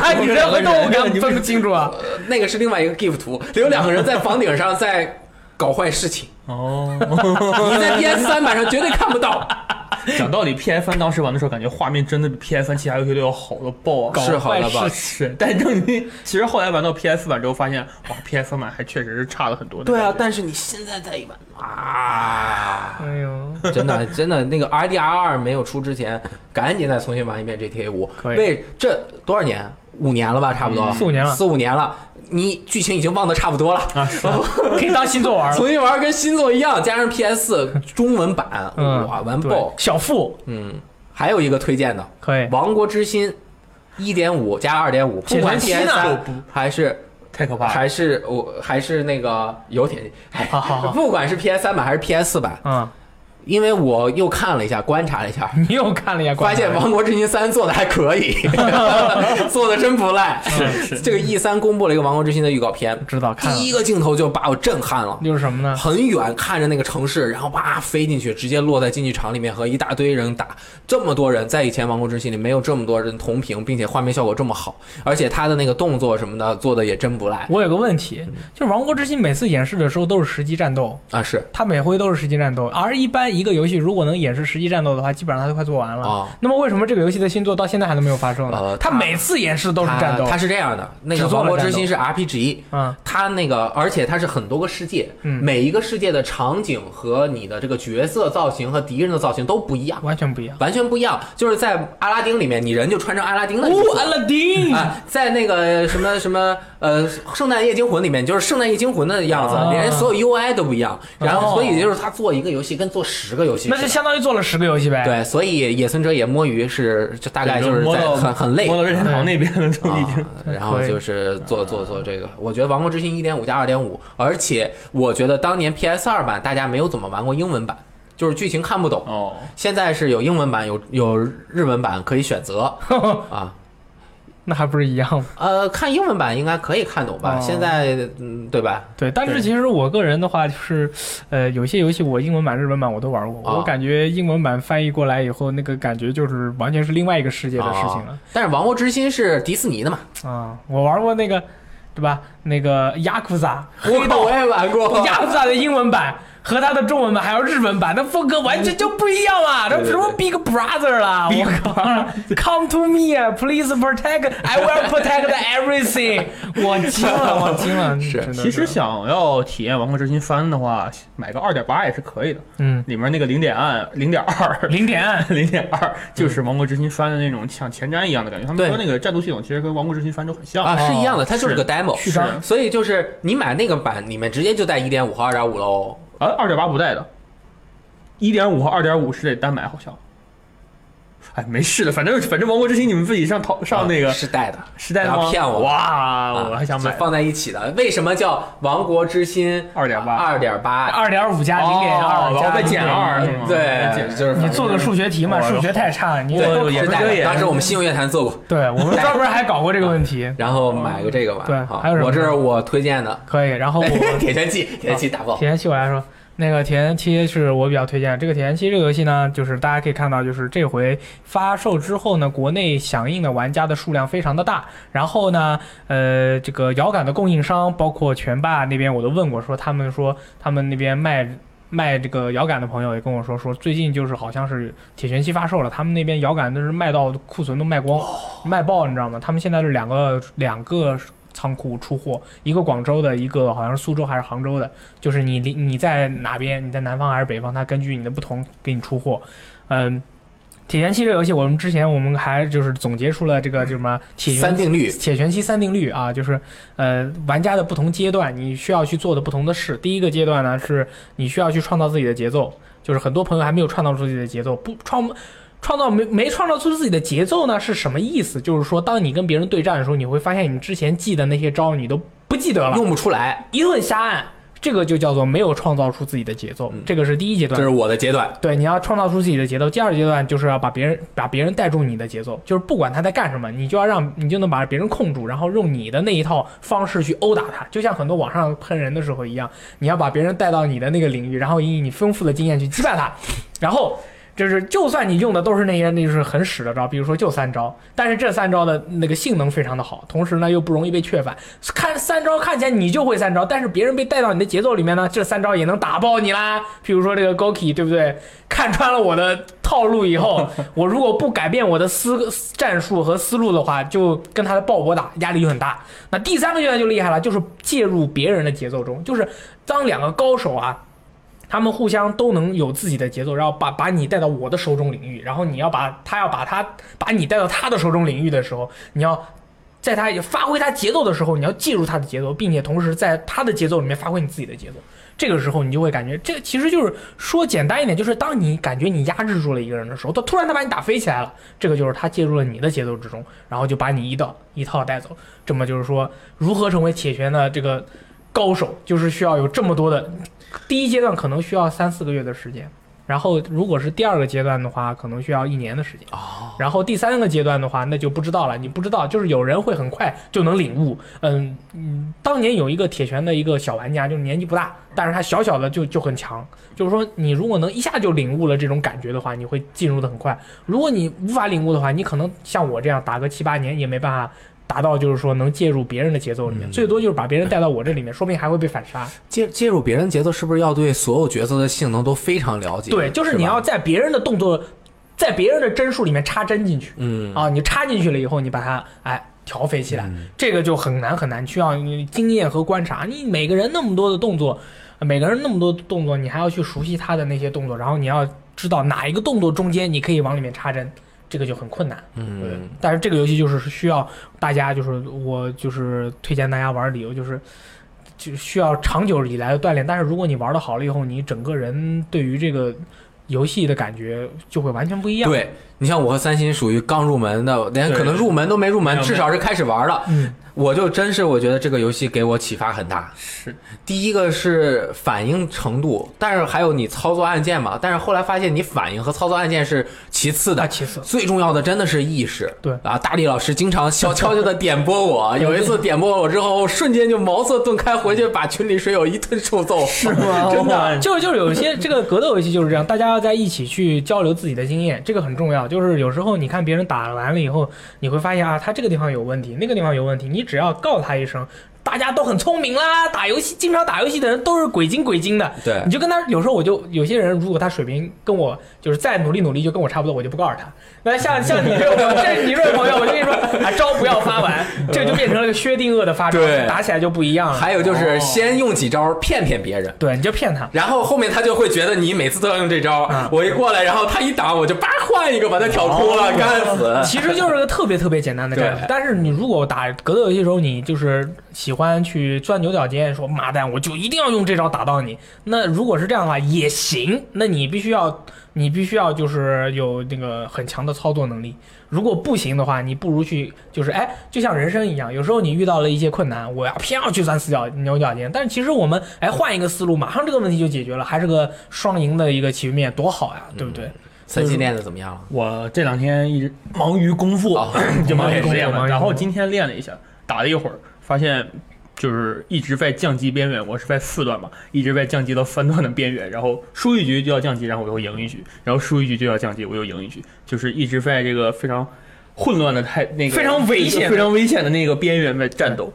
D: 哎，你人和动物感分不清楚啊，
A: 呃那个是另外一个 GIF 图，有两个人在房顶上在搞坏事情，
B: 哦，
A: 你在 PS 三版上绝对看不到。
B: 讲道理，PS 三当时玩的时候，感觉画面真的比 PS 三其他游戏都要好的爆啊！
A: 是好的吧
B: 搞坏事是，但正你其实后来玩到 PS 版之后，发现哇，PS 版还确实是差了很多的。
A: 对啊，，但是你现在再一玩啊，
D: 哎呦，
A: 真的，真的，那个 RDR 二没有出之前，赶紧再重新玩一遍 GTA 五。
D: 可以
A: 为这多少年？五年了吧，差不多、
D: 嗯四五年了
A: 四五年了。你剧情已经忘得差不多了，
B: 啊
A: 哦
D: 可以当新作 玩了，
A: 重新玩跟新作一样，加上 PS 中文版，
D: 嗯
A: 哇，完
D: 对
A: 爆！
D: 小富
A: 嗯，还有一个推荐的
D: 可以
A: 《王国之心》，一点五加二点五，不管
D: 写成
A: PS
D: 新啊
A: 三还是
B: 太可怕了。
A: 还是我还是那个有铁，哎
D: 好好好，
A: 不管是 PS 三版还是 PS 四版，
D: 嗯，
A: 因为我又看了一下，观察了一下，
D: 你又看了一下
A: 发
D: 观察，
A: 现《王国之心三》做的还可 以，做的真不赖。
B: 是是
A: 这个 E 三公布了一个《王国之心》的预告片，
D: 知 道看了
A: 第一个镜头就把我震撼了。
D: 又是什么呢？
A: 很远看着那个城市，然后啪飞进去，直接落在竞技场里面和一大堆人打。这么多人在以前《王国之心》里没有这么多人同屏，并且画面效果这么好，而且他的那个动作什么的做的也真不赖
D: 我有个问题，就是《王国之心》每次演示的时候都是实际战斗，
A: 啊！是
D: 它每回都是实际战斗，而一般一个游戏如果能演示实际战斗的话，基本上它都快做完了。
A: 哦
D: 那么为什么这个游戏的新作到现在还都没有发售呢？
A: 呃
D: 它
A: 它
D: 每次演示都是战斗
A: 他，他是这样的，那个
D: 只
A: 《
D: 做
A: 王
D: 了
A: 国之心》
D: 战
A: 是 RPG，
D: 嗯
A: 它那个，而且它是很多个世界，
D: 嗯
A: 每一个世界的场景和你的这个角色造型和敌人的造型都不一样，
D: 完全不一样。
A: 完全不一样。就是在阿拉丁里面，你人就穿成阿拉丁的衣服。
D: 哦，阿拉丁，
A: 啊，在那个什么什么呃，《圣诞夜惊魂》里面就是《圣诞夜惊魂》的样子，
D: 啊
A: 连所有 UI 都不一样。然
D: 哦
A: 后，所以就是他做一个游戏跟做十个游戏似的，
D: 那就相当于做了十个游戏呗。，
A: 对。所以野村哲也摸鱼是，就大概就是
B: 摸
A: 在
B: 到
A: 很很累，
B: 摸到任天堂那边了， 都已经。
A: 啊、然后
D: 可以
A: 就是做做做这个，我觉得《王国之心》一点五加二点五，而且我觉得当年 PS 二版大家没有怎么玩过英文版，就是剧情看不懂。
B: 哦，
A: 现在是有英文版，有有日文版可以选择啊。
D: 那还不是一样吗？
A: 呃，看英文版应该可以看懂吧？
D: 哦
A: 现在嗯，对吧？
D: 对，但是
B: 对
D: 其实我个人的话，就是，呃，有些游戏我英文版、日文版我都玩过，
A: 啊
D: 我感觉英文版翻译过来以后，那个感觉就是完全是另外一个世界的事情了。
A: 哦但是《王国之心》是迪士尼的嘛？
D: 啊，我玩过那个，对吧？那个雅库萨，黑道
A: 我也玩 过
D: 雅库萨的英文版和它的中文版还有日文版，那风格完全就不一样嘛！这
A: 对对
D: 什么 Big Brother 啦，我靠！Come to me, please protect, I will protect everything。我惊了，我惊了，
A: 是
D: 真的
B: 其实，想要体验《王国之心三》的话，买个二点八也是可以的。
D: 嗯，
B: 里面那个零点二、零点二、
D: 零点
B: 零点二，就是《王国之心三》的那种像前瞻一样的感觉。他们
A: 对
B: 说那个战斗系统其实跟《王国之心三》就很像哦
A: 啊，是一样的，它就是
B: 是
A: 个 demo，
B: 序章
A: 所以就是你买那个版里面直接就带一点五和二点五喽。
B: 啊，二点八不带的，一点五和二点五是得单买，好像哎，没事的，反正反正王国之心你们自己上淘上那个
A: 啊是带的，
B: 时代
A: 然后
B: 吗？
A: 骗我
B: 哇，我
A: 啊
B: 还想买
A: 是放在一起的。为什么叫《王国之心》
B: 2.8
A: 二点八？
D: 二点五加
B: 哦
D: 零点二
B: 然后
D: 加
B: 再减二
D: 0.2
B: 是吗？再
A: 对，
B: 减
A: 就是
D: 你做个数学题嘛，
B: 我
D: 数学太差，你
B: 我
A: 对，
B: 也
A: 是带
B: 这
A: 的。
B: 也
D: 啊
A: 当时我们信用乐坛做过，
D: 对我们专门还搞过这个问题，
A: 然后买个这个玩。
D: 对
A: 好
D: 还有什么
A: 我这是我推荐的。
D: 可以。然后 我啊
A: 铁拳记，铁拳记打爆
D: 铁拳七我来说，那个铁拳七是我比较推荐。这个铁拳七这个游戏呢，就是大家可以看到，就是这回发售之后呢，国内响应的玩家的数量非常的大。然后呢，呃，这个遥感的供应商，包括拳霸那边，我都问过，说他们说他们那边卖。卖这个遥感的朋友也跟我说，说最近就是好像是铁拳七发售了，他们那边遥感都是卖到库存都卖光，卖爆，你知道吗？他们现在是两个两个仓库出货，一个广州的，一个好像是苏州还是杭州的，就是你离你在哪边，你在南方还是北方，它根据你的不同给你出货。嗯，铁拳七这个游戏，我们之前我们还就是总结出了这个叫什么铁拳
A: 三定律，
D: 铁拳七三定律啊，就是呃玩家的不同阶段，你需要去做的不同的事。第一个阶段呢，是你需要去创造自己的节奏，就是很多朋友还没有创造出自己的节奏，不创。创造没没创造出自己的节奏呢是什么意思？就是说，当你跟别人对战的时候，你会发现你之前记的那些招你都不记得了，
A: 用不出来，
D: 一顿瞎按，这个就叫做没有创造出自己的节奏，
A: 嗯
D: 这个是第一阶
A: 这
D: 段
A: 是。我的阶段。
D: 对，你要创造出自己的节奏。第二阶段就是要把别人把别人带住你的节奏，就是不管他在干什么，你就要让你就能把别人控住，然后用你的那一套方式去殴打他，就像很多网上喷人的时候一样，你要把别人带到你的那个领域，然后以你丰富的经验去击败他，然后。就是，就算你用的都是那些那就是很屎的招，比如说就三招，但是这三招的那个性能非常的好，同时呢又不容易被确反。看三招看起来你就会三招，但是别人被带到你的节奏里面呢，这三招也能打爆你啦。譬如说这个 Goki，对不对？看穿了我的套路以后，我如果不改变我的思战术和思路的话，就跟他的鲍勃打，压力就很大。那第三个阶段就厉害了，就是介入别人的节奏中，就是当两个高手啊。他们互相都能有自己的节奏，然后把把你带到我的手中领域，然后你要把他要把他把你带到他的手中领域的时候，你要在他发挥他节奏的时候，你要介入他的节奏，并且同时在他的节奏里面发挥你自己的节奏。这个时候你就会感觉，这其实就是说简单一点，就是当你感觉你压制住了一个人的时候，他突然他把你打飞起来了，这个就是他介入了你的节奏之中，然后就把你一道一套带走。这么就是说，如何成为铁拳的这个高手，就是需要有这么多的，第一阶段可能需要三四个月的时间。然后，如果是第二个阶段的话，可能需要一年的时间。
A: 哦，
D: 然后第三个阶段的话，那就不知道了。你不知道，就是有人会很快就能领悟。嗯嗯，当年有一个铁拳的一个小玩家，就是年纪不大，但是他小小的就就很强。就是说，你如果能一下就领悟了这种感觉的话，你会进入的很快。如果你无法领悟的话，你可能像我这样打个七八年也没办法。达到就是说能介入别人的节奏里面，最多就是把别人带到我这里面，说不定还会被反杀。
A: 介介入别人节奏，是不是要对所有角色的性能都非常了解？
D: 对，就是你
A: 吧
D: 要在别人的动作，在别人的帧数里面插针进去。
A: 嗯
D: 啊，你插进去了以后，你把它哎调肥起来，这个就很难很难，需要你经验和观察。你每个人那么多的动作，每个人那么多的动作，你还要去熟悉他的那些动作，然后你要知道哪一个动作中间你可以往里面插针。这个就很困难，对
A: 嗯，。
D: 但是这个游戏就是需要大家，就是我就是推荐大家玩的理由就是，就需要长久以来的锻炼。但是如果你玩的好了以后，你整个人对于这个游戏的感觉就会完全不一样。
A: 对你像我和三星属于刚入门的，连
B: 对
A: 可能入门都没入门，
B: 没有
A: 至少是开始玩了。
D: 嗯，
A: 我就真是我觉得这个游戏给我启发很大。
B: 是
A: 第一个是反应程度，但是还有你操作按键嘛。但是后来发现你反应和操作按键是其次
D: 那
A: 的，
D: 其次，
A: 最重要的真的是意识。
D: 对
A: 啊，大力老师经常 小悄悄的点拨我，有一次点拨我之后，我瞬间就茅塞顿开，回去把群里水友一顿臭揍。
B: 是 吗？真
A: 嗯
B: 的
D: 就就是有些这个格斗游戏就是这样，大家要在一起去交流自己的经验，这个很重要。就是有时候你看别人打完了以后，你会发现啊，他这个地方有问题，那个地方有问题，你只要告他一声，大家都很聪明啦。打游戏经常打游戏的人都是鬼精鬼精的，
A: 对
D: 你就跟他有时候我就有些人，如果他水平跟我就是再努力努力就跟我差不多，我就不告诉他。那像像你这种这你这种朋友，我就跟你说啊，招不要发完，这就变成了个薛定谔的发招
A: 对，
D: 打起来就不一样了。
A: 还有就是
B: 哦
A: 先用几招骗骗别人。
D: 对，你就骗他。
A: 然后后面他就会觉得你每次都要用这招，
B: 嗯
D: 啊
A: 我一过来，然后他一挡，我就叭换一个把他挑
B: 哦
A: 哭了，干死。
D: 其实就是个特别特别简单的战
A: 呃
D: 术
A: 对，
D: 但是你如果打格斗游戏的时候，你就是喜欢去钻牛角尖，说妈蛋，我就一定要用这招打到你。那如果是这样的话也行，那你必须要你必须要就是有那个很强的操作能力。如果不行的话，你不如去就是哎，就像人生一样，有时候你遇到了一些困难，我要偏要去钻死角牛角尖，但是其实我们哎换一个思路，马上这个问题就解决了，还是个双赢的一个局面，多好呀，对不
B: 嗯
D: 对？
A: 三星练的怎么样了？
B: 我这两天一直忙于功夫，
A: 哦
B: 就忙于
D: 忙于功
B: 功
D: 夫
B: 练
D: 忙
B: 了。
D: 于
B: 然
D: 功
B: 后
D: 夫
B: 今天练了一下，打了一会儿，发现就是一直在降级边缘。我是在四段嘛，一直在降级到三段的边缘。然后输一局就要降级，然后我又赢一局，然后输一局就要降级，我又赢一局，就是一直在这个非常混乱的态那个
D: 非常危险的
B: 非常危险的那个边缘在战斗。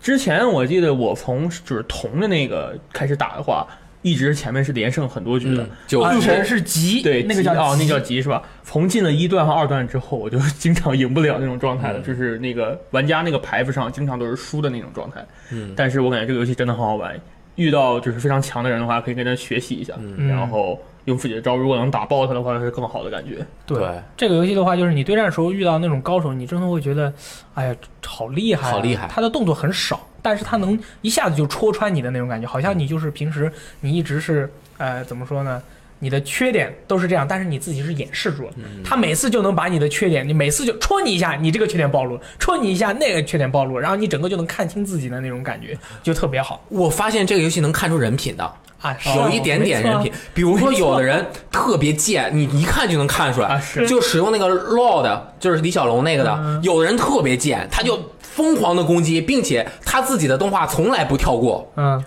B: 之前我记得我从就是铜的那个开始打的话，一直前面是连胜很多局的。
A: 嗯，九
D: 啊
A: 局
D: 全是急，
B: 对，
D: 那个叫
B: 急哦，那
D: 急
B: 叫急是吧？从进了一段和二段之后，我就 经常赢不了那种状态了，
A: 嗯
B: 就是那个玩家那个牌子上经常都是输的那种状态。
A: 嗯
B: 但是我感觉这个游戏真的很好玩，遇到就是非常强的人的话，可以跟他学习一下，
A: 嗯
D: 嗯
B: 然后用自己的招，如果能打爆他的话，是更好的感觉。
D: 对。这个游戏的话，就是你对战的时候遇到那种高手，你真的会觉得，哎呀，好厉害、啊，
A: 好厉害
D: 他的动作很少，但是他能一下子就戳穿你的那种感觉，好
A: 嗯
D: 像你就是平时你一直是，呃，怎么说呢？你的缺点都是这样，但是你自己是掩饰住了。
A: 嗯
D: 他每次就能把你的缺点，你每次就戳你一下，你这个缺点暴露；戳你一下，那个缺点暴露，然后你整个就能看清自己的那种感觉，
A: 嗯
D: 就特别好
A: 我发现这个游戏能看出人品的，
D: 啊！是啊
A: 有一点点人，
D: 没
A: 品
D: 错啊，
A: 比如说有的人特别贱，你一看就能看出来，
B: 啊是
A: 就使用那个 law 的，就是李小龙那个的，
D: 嗯
A: 有的人特别贱，他就疯狂的攻击，并且他自己的动画从来不跳过，
D: 嗯，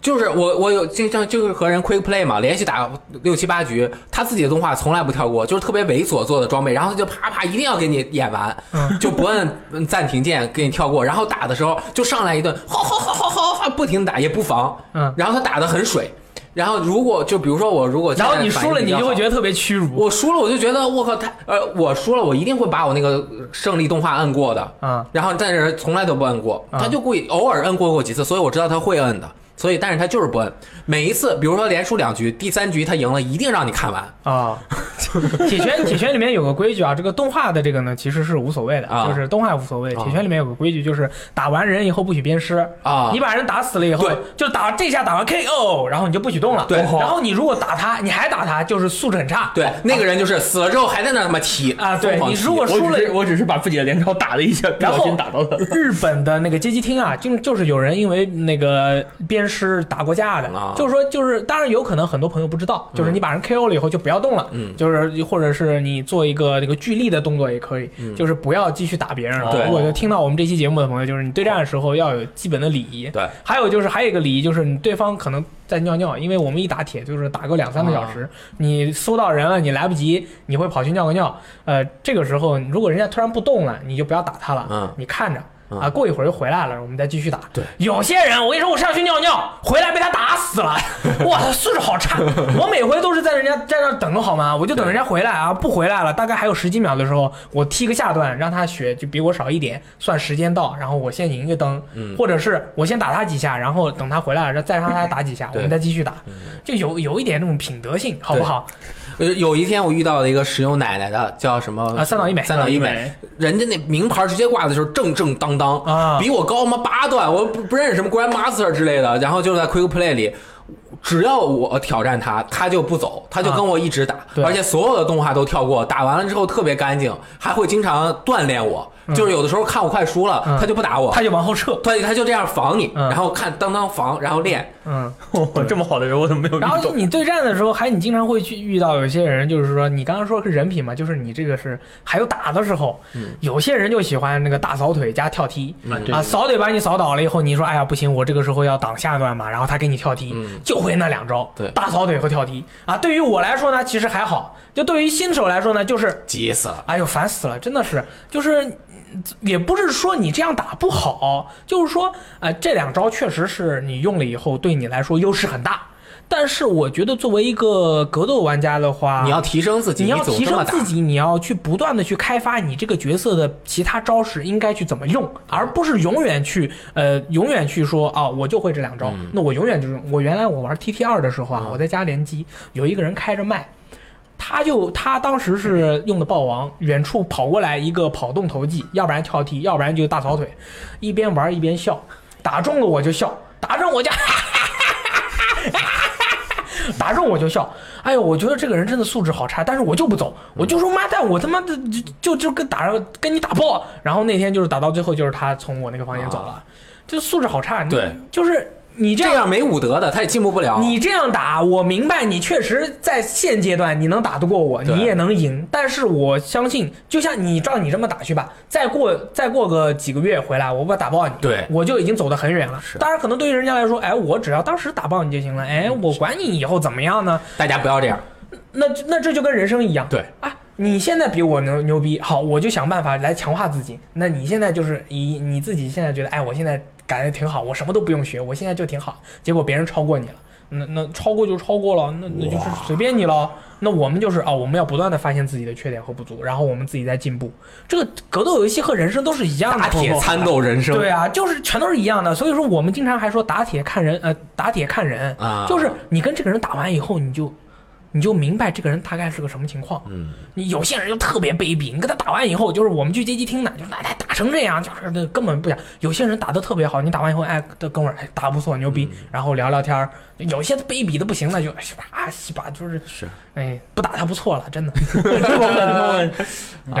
A: 就是我我有经常就是和人 quick play 嘛，连续打六七八局，他自己的动画从来不跳过，就是特别猥琐做的装备，然后他就啪啪一定要给你演完，
D: 嗯
A: 就不按嗯暂停键给你跳过，然后打的时候就上来一顿，好好好好好好，不停地打也不防，
D: 嗯
A: 然后他打的很水，然后如果就比如说我如果
D: 然后你输了，你就会觉
A: 得。
D: 得特别屈辱
A: 我输了，我就觉得我靠他，呃，我输了，我一定会把我那个胜利动画摁过的，
D: 啊！
A: 然后但是从来都不摁过，
D: 啊
A: 他就故意偶尔摁过过几次，所以我知道他会摁的，所以但是他就是不摁。每一次，比如说连输两局，第三局他赢了，一定让你看完。
D: 啊， 铁拳铁拳里面有个规矩啊，这个动画的这个呢其实是无所谓的，
A: 啊
D: 就是动画无所谓。
A: 啊
D: 铁拳里面有个规矩，就是打完人以后不许鞭尸
A: 啊
D: 你把人打死了以后
A: 对，
D: 就打这下打完 KO，然后你就不许动了。
A: 对
D: 然后你如果打他，你还打他，就是素质很差。
A: 对，那个人就是死了之后还在那儿他妈踢
D: 啊对
A: 疯狂
D: 你
A: 踢
D: 如果
B: 我
D: 输了
B: 只是我只是把自己的连招打了一下，不
D: 然后
B: 小心打到他了。
D: 日本的那个街机厅啊，就就是有人因为那个鞭尸打过架的
A: 啊，
D: 就是说就是，当然有可能很多朋友不知
B: 嗯
D: 道，就是你把人 KO 了以后就不要动了，
A: 嗯
D: 就是或者是你做一个那个聚力的动作也可以，就是不要继续打别人了。
B: 嗯对
D: 如果就听到我们这期节目的朋友，就是你对战的时候要有基本的礼仪。
A: 对，
D: 还有就是还有一个礼仪就是你对方可能在尿尿，因为我们一打铁就是打个两三个小时，你搜到人了你来不及，你会跑去尿个尿。呃，这个时候如果人家突然不动了，你就不要打他了，
A: 嗯
D: 你看着。
A: 嗯
D: 啊，过一会儿又回来了，我们再继续打。
A: 对，
D: 有些人我跟你说，我上去尿尿，回来被他打 死了，哇，他素质好差。我每回都是在人家在那儿等的好吗？我就等人家回来啊，不回来了，大概还有十几秒的时候，我踢个下段，让他血就比我少一点，算时间到，然后我先赢一个灯，
A: 嗯
D: 或者是我先打他几下，然后等他回来了，然后再让他打几下，我
A: 对嗯
D: 们再继续打，就有有一点那种品德性，好不好？
A: 呃有一天我遇到了一个石油奶奶的，叫什么？
D: 啊三岛一美
A: 三岛一美，人家那名牌直接挂的就是正正当当
D: 啊
A: 比我高嘛八段，我不不认识什么 Grandmaster 之类的。然后就在 Quick Play 里，只要我挑战他，他就不走，他就跟我一直打，
D: 对
A: 而且所有的动画都跳过，打完了之后特别干净，还会经常锻炼我，就是有的时候看我快输了，
D: 嗯
A: 他就不打我，
D: 他就往后撤，
A: 他他就这样防你，
D: 嗯
A: 然后看当当防，然后练。
D: 嗯。
B: 我这么好的人，我怎么没有遇
D: 然后
B: 到
D: 就？你对战的时候，还你经常会去遇到有些人，就是说你刚刚说是人品嘛，就是你这个是还有打的时候，有些人就喜欢那个大扫腿加跳踢。
B: 啊对
D: 啊，扫腿把你扫倒了以后，你说哎呀不行，我这个时候要挡下一段嘛，然后他给你跳踢，
A: 嗯
D: 就会那两招，
A: 对
D: 大扫腿和跳踢啊。对于我来说呢，其实还好，就对于新手来说呢，就是
A: 急死了！
D: 哎呦，烦死了，真的是，就是嗯也不是说你这样打不好，就是说，呃，这两招确实是你用了以后对你来说优势很大，但是我觉得作为一个格斗玩家的话，
A: 你要提升自己，
D: 啊你
A: 你
D: 要
A: 总
D: 提
A: 这么
D: 升
A: 打
D: 自己，你要去不断的去开发你这个角色的其他招式应该去怎么用，而不是永远去呃永远去说啊、我就会这两招，
A: 嗯
D: 那我永远就是我原来我玩 T T 二的时候啊，我在家联机，有一个人开着麦。他就他当时是用的豹王，远处跑过来一个跑动投技，要不然跳踢，要不然就大扫腿，一边玩一边笑，打中了我就笑，打中我就 打中我就笑。哎呦，我觉得这个人真的素质好差，但是我就不走，我就说妈蛋，我他妈的就就就跟打跟你打爆。然后那天就是打到最后，就是他从我那个房间走了，就素质好差。你
A: 对，
D: 就是你啊这
A: 这
D: 样
A: 样没武德的，他也进步不了。
D: 你这样打，我明白你确实在现阶段你能打得过我，
A: 对
D: 你也能赢。但是我相信，就像你照你这么打去吧，再过再过个几个月回来，我把打爆你，
A: 对
D: 我就已经走得很远了。当然，可能对于人家来说，哎，我只要当时打爆你就行了，哎，我管你以后怎么样呢？
A: 大家不要这样，
D: 那那这就跟人生一样，
A: 对
D: 啊，你现在比我牛牛逼，好，我就想办法来强化自己。那你现在就是以你自己现在觉得，哎，我现在感觉挺好，我什么都不用学，我现在就挺好。结果别人超过你了，那那超过就超过了，那那就是随便你了。那我们就是啊、我们要不断的发现自己的缺点和不足，然后我们自己在进步。这个格斗游戏和人生都是一样的，
A: 打铁参斗人生。
D: 对啊，就是全都是一样的。所以说我们经常还说打铁看人，呃，打铁看人
A: 啊
D: 就是你跟这个人打完以后，你就你就明白这个人大概是个什么情况。
A: 嗯，
D: 你有些人就特别卑鄙，你跟他打完以后，就是我们去街机厅呢，就是哎哎打成这样，就是那根本不想。有些人打的特别好，你打完以后，哎，这哥们儿哎打不错，牛逼，
A: 嗯
D: 然后聊聊天儿。有些卑鄙的不行了，就哎啊西吧，就是
A: 是，
D: 哎不打他不错了， 真的， 然后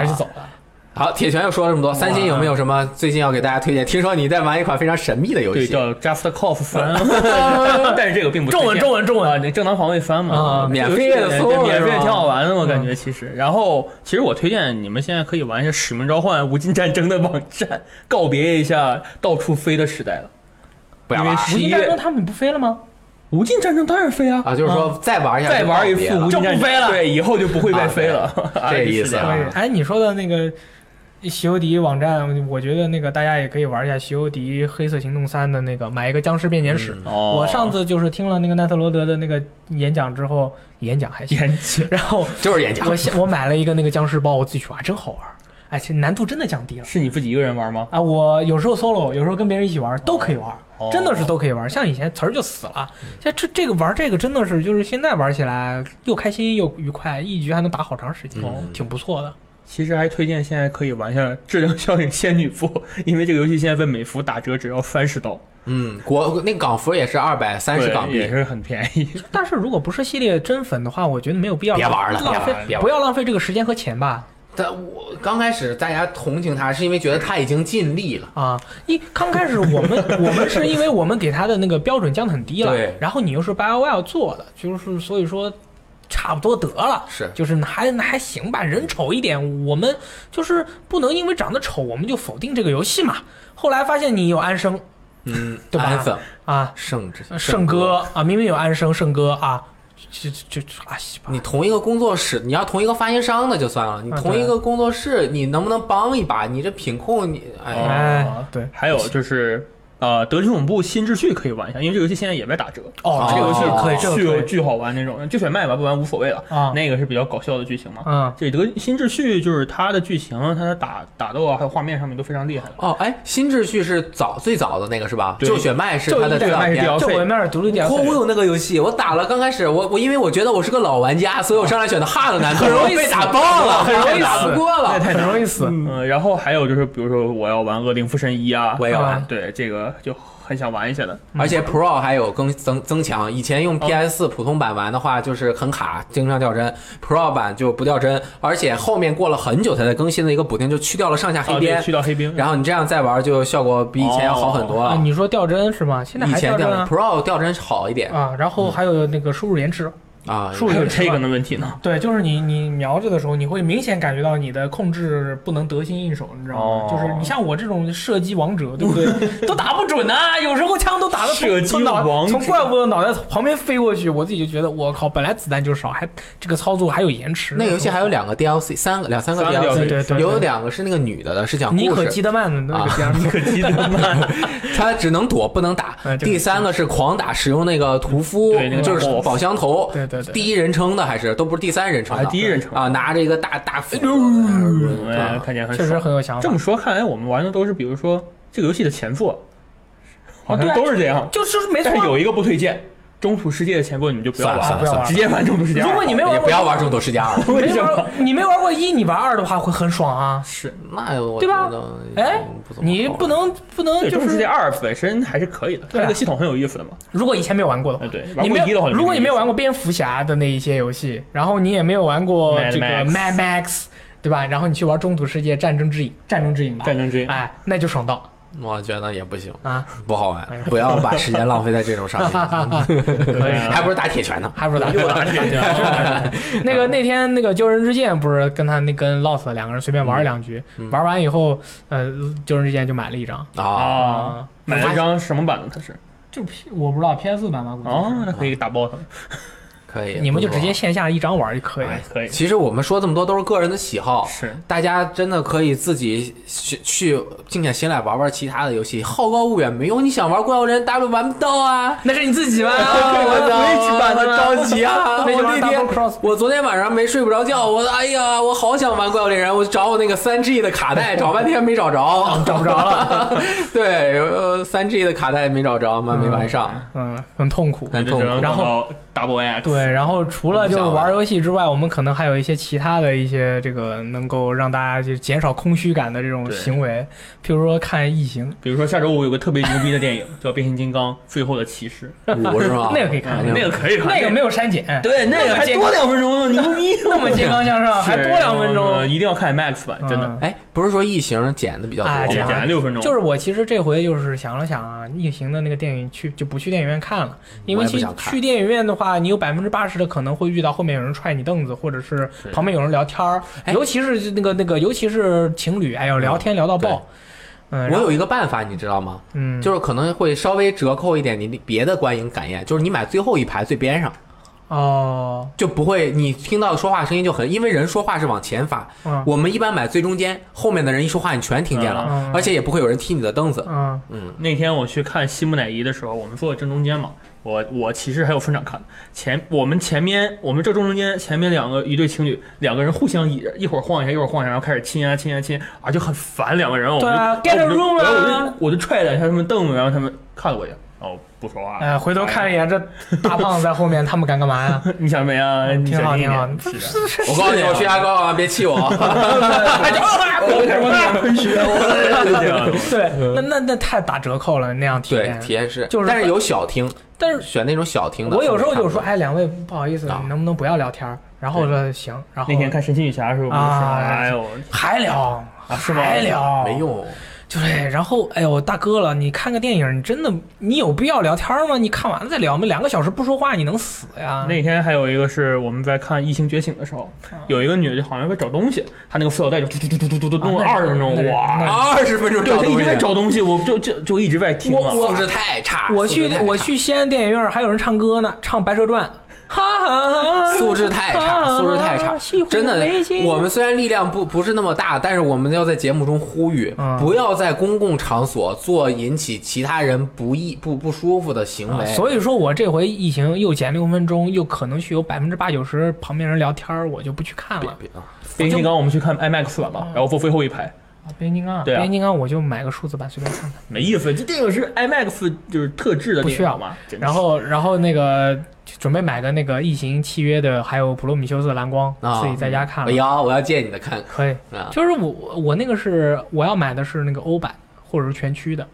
D: 就走
A: 啊
D: 了。
A: 好，铁拳又说了这么多，三星有没有什么最近要给大家推荐？听说你在玩一款非常神秘的游
B: 对，
A: 戏，
B: 叫 Just Cause Fun，但是这个并不
D: 中文
B: 推荐
D: 中文中
B: 啊，
D: 文，
B: 那正当防卫番嘛，
D: 啊
B: 这
A: 免
B: 游戏
A: 费的搜
B: 对
A: 了
B: 免
A: 是
B: 费的嗯
A: 吧
B: 挺好玩的，我感觉其实。然后，其实我推荐你们现在可以玩一下《使命召唤：无尽战争》的网站，告别一下到处飞的时代了。
A: 不要
B: 因
A: 玩了
B: 为是
D: 无尽战争他们不飞了吗？
B: 无尽战争当然飞啊，
A: 啊，就是说再玩一下，
B: 再玩一副无尽
D: 就
B: 战
D: 不飞了
B: 对，以后就不会再飞了，
A: 这意思啊
B: 啊。
D: 对，哎，你说的那个西游迪网站，我觉得那个大家也可以玩一下《西游迪黑色行动三》的那个买一个僵尸变年
A: 嗯
D: 史。
B: 哦，
D: 我上次就是听了那个奈特罗德的那个演讲之后，演讲还行，
B: 演技，
D: 然后
A: 就是演讲
D: 我。先我买了一个那个僵尸包，我自己去玩，真好玩。哎，其实难度真的降低了。
B: 是你自己一个人玩吗？
D: 啊，我有时候 solo，有时候跟别人一起玩，都可以玩，
B: 哦
D: 真的是都可以玩。像以前词儿就死了，
A: 嗯
D: 像这这个玩这个真的是，就是现在玩起来又开心又愉快，一局还能打好长时间，
A: 嗯
D: 挺不错的。
B: 其实还推荐现在可以玩一下《质量效应仙女服》，因为这个游戏现在在美服打折只要三十刀，
A: 嗯，国那港服也是二百三十
B: 对
A: 港
B: 也
A: 币，
B: 是很便宜。
D: 但是如果不是系列真粉的话，我觉得没有必要
A: 别玩了
D: 浪
A: 别
D: 费
A: 玩了别玩了
D: 不要浪费这个时间和钱吧。
A: 但我刚开始大家同情他，是因为觉得他已经尽力了。
D: 啊，一刚开始我们我们是因为我们给他的那个标准降得很低了
A: 对，
D: 然后你又是 BioWare 做的，就是所以说差不多得了，
A: 是
D: 就是还还行吧，人丑一点，我们就是不能因为长得丑我们就否定这个游戏嘛。后来发现你有安生
A: 嗯，
D: 对吧
A: 安分
D: 啊，
A: 圣之
D: 圣，哥啊，明明有安生圣哥啊，就就就啊西吧
A: 你，同一个工作室，你要同一个发行商那就算了，你
D: 啊
A: 同
D: 对
A: 一个工作室，你能不能帮一把？你这品控，你哎，
B: 哦
D: 哎对。
B: 还有就是，呃，德军总部新秩序可以玩一下，因为这个游戏现在也在打折。
D: 哦，
B: 这个游戏
A: 哦
D: 可以，这个
B: 巨
D: 可以
B: 巨好玩那种，就选卖吧，不玩无所谓了。
D: 啊
B: 那个是比较搞笑的剧情嘛。
D: 嗯
A: 啊
B: 这德新秩序就是它的剧情、它的打打斗啊，还有画面上面都非常厉害的。
A: 哦，哎，新秩序是早最早的那个是吧？
B: 对
A: 旧血脉是他的
B: 旧
A: 最
B: 血
A: 早
B: 脉是
A: 片。
B: DLC
D: 就我面儿独立点，
A: 哦，我有那个游戏，我打了，刚开始我我因为我觉得我是个老玩家，所以我上来选的 hard 难度，
D: 哦很容易
A: 被
D: 死哦
A: 打爆了，
D: 很容易
A: 打不
D: 死
A: 过了
B: 那。太
D: 很
B: 难了
D: 容易死。
B: 嗯、然后还有就是，比如说我要玩《恶灵附身一》啊，
A: 我也玩
D: 啊，
B: 对这个就很想玩一下的。
A: 而且 Pro 还有更增增强。以前
D: 哦
A: 用 PS 普通版玩的话，就是很卡，经常掉帧；Pro 版就不掉帧，而且后面过了很久才在更新的一个补丁，就去掉了上下黑
B: 啊，
A: 边
D: 哦
B: 对，。去到黑冰，
A: 然后你这样再玩，就效果比以前要好很多了。
D: 啊，你说掉帧是吗？现在
A: 以
D: 还
A: 前
D: 掉
A: 掉嗯
D: 帧
A: 帧
D: 啊？
A: Pro 掉帧好一点
D: 啊，然后还有那个输入延迟，
A: 啊，
D: 数
B: 还
D: 据
B: 有这个呢问 题呢。
D: 对，就是你你瞄着的时候，你会明显感觉到你的控制不能得心应手，你知道吗
B: 哦？
D: 就是你像我这种射击王者，对 不对？都打不准啊，有时候枪都打的
B: 射击王者
D: 从怪物的脑袋旁边飞过去，我自己就觉得我靠，本来子弹就少，还这个操作还有延迟。
A: 那游戏还有两个 DLC，三个两三个
B: 三个
A: DLC，
D: 对对对
A: 有两个是那个女的的，是讲
D: 尼
A: 故
D: 可
A: 事
D: 基，德曼的那个
A: 啊
D: 电影，
B: 可记得吗？
A: 她只能躲不能打。
D: 哎这个
A: 第三个是狂打，使用那个屠夫，
B: 对那个
A: 就是
B: 屠夫
A: 宝箱头，
D: 对对对
A: 第一人称的还是都不是第三人称的，
B: 啊第一人称
A: 啊，拿着一个大大斧子，
D: 哎
A: 嗯
B: 哎，
A: 啊
B: 看起来很
D: 嗯 确实
B: 爽
D: 很有想
B: 这
D: 法
B: 么。说，看来哎我们玩的都是，比如说这个游戏的前作，好
D: 对
B: 像
D: 啊
B: 都是这样。
D: 就是没错
B: 但
D: 啊，
B: 是有一个不推荐，中土世界的前作，你们就不要
A: 算了
B: 玩
A: 算
D: 不
A: 了算
D: 要
A: 了
D: 玩
B: 直接玩中土世界二。
D: 如果你没玩
A: 也
D: 过
A: 不，要玩《中土世界 二》了。
B: 为
D: 没
B: 什么
D: 玩，你没玩过一，你玩二的话会很爽啊。
B: 是
A: 那我
D: 对吧
A: 觉得
B: 嗯
D: 哎
A: 不怎么
D: 你
B: 啊
A: 好玩
D: 不能不能
B: 对
D: 就
B: 中土世界
D: 是，
B: 二本身还是可以的，它
D: 对啊
B: 这个系统很有意思的嘛。
D: 如果以前没有玩过的话
B: 呃，，对，玩
D: 你
B: 过
D: 没
B: 一的话
D: 有，
B: 就没
D: 如果你没有
B: 意思
D: 玩过蝙蝠侠的那一些游戏，然后你也没有玩过
B: Mad
D: 这个
B: Max
D: Mad Max，对吧？然后你去玩《中土世界：战争之影》，战争之影吧，
B: 战争之影
D: 哎，那就爽到
A: 我觉得也不行，
D: 啊！
A: 不好玩，不要把时间浪费在这种上面，
B: 对啊
A: 还不如打铁拳呢。
D: 还不如打
B: 又打铁
D: 哎
B: 拳
D: 拳。 那个那天那个《救人之剑》不是跟他那跟 Lost 两个人随便玩了两局，
B: 嗯
D: 玩完以后，呃，《救人之剑》就买了一张
A: 啊，
B: 啊，买了一张什么版的？它是
D: 就 P 我不知道 PS 版吧，估
B: 哦，那可以打爆它，
A: 可以，
D: 你们就
A: 不
D: 直
A: 错
D: 接。线下一张玩就 可以了。
A: 哎
B: 可以
A: 其实我们说这么多都是个人的喜好，
B: 是
A: 大家真的可以自己去去静下心来玩玩其他的游戏，好高骛远没用。你想玩《怪物猎人 W》玩不到 啊。
D: 那是你自己 吧？
A: 我
D: 版
A: 我
D: 的
A: 着急啊！
D: 那就
A: 我
D: 玩
A: 那天
D: Double Cross
A: 我昨天晚上没睡不着觉，我哎呀，我好想玩怪物猎人，我找我那个三 G 的卡带，找半天没找着，
D: 找不着了。
A: 对，呃，三 G 的卡带没找着嘛，没玩上，
D: 嗯，很痛苦。
A: 很
B: 就
A: 痛
B: 只
A: 苦
B: 能。
D: 然后
B: 后 Double X
D: 对，然后除了就是玩游戏之外，我们可能还有一些其他的一些这个能够让大家就减少空虚感的这种
B: 对
D: 行为，譬如说看《异形》，
B: 比如说下周五有个特别牛逼的电影叫《变形金刚：最后的骑士》，
A: 五是吗
D: ？那个可以看
A: 嗯
B: 那个可以看，
D: 那个没有删减，
B: 对，那个还
D: 健
B: 多两分钟呢，牛 逼！
D: 那么健康向上，还多两分
B: 呃
D: 钟，
B: 一定要看 Max 版，真的
D: 嗯。
A: 哎，不是说异形剪的比较
D: 哎
A: 多
B: 减
D: 这
A: 吗
D: 样？
B: 减六分钟，
D: 就是我其实这回就是想了想啊，《异形》的那个电影去就不去电影院看了，因为
A: 嗯我也不
D: 去
A: 想看
D: 去电影院的话，你有百分之八十的可能会遇到后面有人踹你凳子，或者是旁边有人聊天儿，
A: 哎
D: 尤其是那个那个，尤其是情侣，哎呦聊天聊到
A: 对
D: 爆。嗯，
A: 我
D: 然后
A: 有一个办法，你知道吗？
D: 嗯，
A: 就是可能会稍微折扣一点你别的观影感验，就是你买最后一排最边上，
D: 哦，
A: 就不会你听到说话声音就很，因为人说话是往前发，
D: 嗯
A: 我们一般买最中间，后面的人一说话你全听见了，
D: 嗯
A: 而且也不会有人踢你的凳子。
D: 嗯，
A: 嗯，
B: 那天我去看西木乃伊的时候，我们坐在正中间嘛，我我其实还有分场看的。前我们前面我们这正中间前面两个一对情侣，两个人互相倚着，一会儿晃一下，一会儿晃一下，然后开始亲啊亲啊亲，啊就很烦两个人。我们
D: 对啊
B: 就
D: get a
B: 我们就
D: room 啊
B: 然后我就我就踹了一下他们凳子，然后他们看了我一眼，然后不啊说话。
D: 哎，回头看了一眼，这大胖子在后面，他们敢 干嘛呀？
B: 你想怎么样？你
D: 挺好
B: 想一啊
D: 挺好
B: 点，是的。
A: 我告诉你，我血压高啊，别气我 啊。
B: 我开始往脸上喷血，我就 这样。
D: 对，那那那太打折扣了，那样体
A: 对
D: 验，。
A: 体验是，
D: 就是
A: 但是有小厅，
D: 但是
A: 选那种小厅的。
D: 我有时候就
A: 看
D: 说，
A: 不
D: 哎，两位不好意思，
A: 啊
D: 你能不能不要聊天儿？然后我说行，然后
B: 那天看《神奇女侠》的时候，我们就说：“
D: 啊
B: 哎呦，
D: 还聊
B: 啊是吗
D: 还聊
A: 懂没。用，
D: 哎对，然后哎呦，大哥了，你看个电影，你真的你有必要聊天吗？你看完了再聊吗？两个小时不说话，你能死呀？
B: 那天还有一个是我们在看《异形觉醒》的时候，
D: 啊
B: 有一个女的好像在找东西，她那个塑料袋就嘟嘟嘟嘟嘟嘟弄了
D: 啊那
B: 二十分
D: 那
B: 钟，
D: 是那
B: 哇！
A: 二十分钟
B: 对，
A: 找
B: 她一
A: 东
B: 直
A: 西
B: 在，找东西，我就就就一直在听啊。
A: 素质太差。
D: 我
A: 素质
D: 去
A: 太差
D: 我，去西安电影院，还有人唱歌呢，唱《白蛇传》，哈哈哈哈，
A: 素质太
D: 啊
A: 差，素质太差，真的。我们虽然力量不不是那么大，但是我们要在节目中呼吁
D: 嗯，
A: 不要在公共场所做引起其他人不易不不舒服的行为。
D: 啊所以说我这回疫情又减六分钟，又可能去有百分之八九十旁边人聊天儿，我就不去看
A: 别
D: 了。
A: 别啊！
B: 变形金刚我们去看 IMAX 版嘛，然后坐最后一排，
D: 啊变形金刚啊，
B: 对啊
D: 变形金刚我就买个数字版随便看看。
B: 没意思。这电影是 IMAX 就是特制的
D: 不
B: 电
D: 需
B: 影
D: 要
B: 嘛，真的
D: 然
B: 是
D: 后，然后那个准备买个那个《异形契约》的，还有《普罗米修斯的蓝光》
A: 啊
D: 自己在家看
B: 嗯
A: 哎
D: 了，
A: 呀，我要借你的看
D: 可以。
A: 看啊！
D: 就是我我那个是我要买的是那个欧版或者是全区的，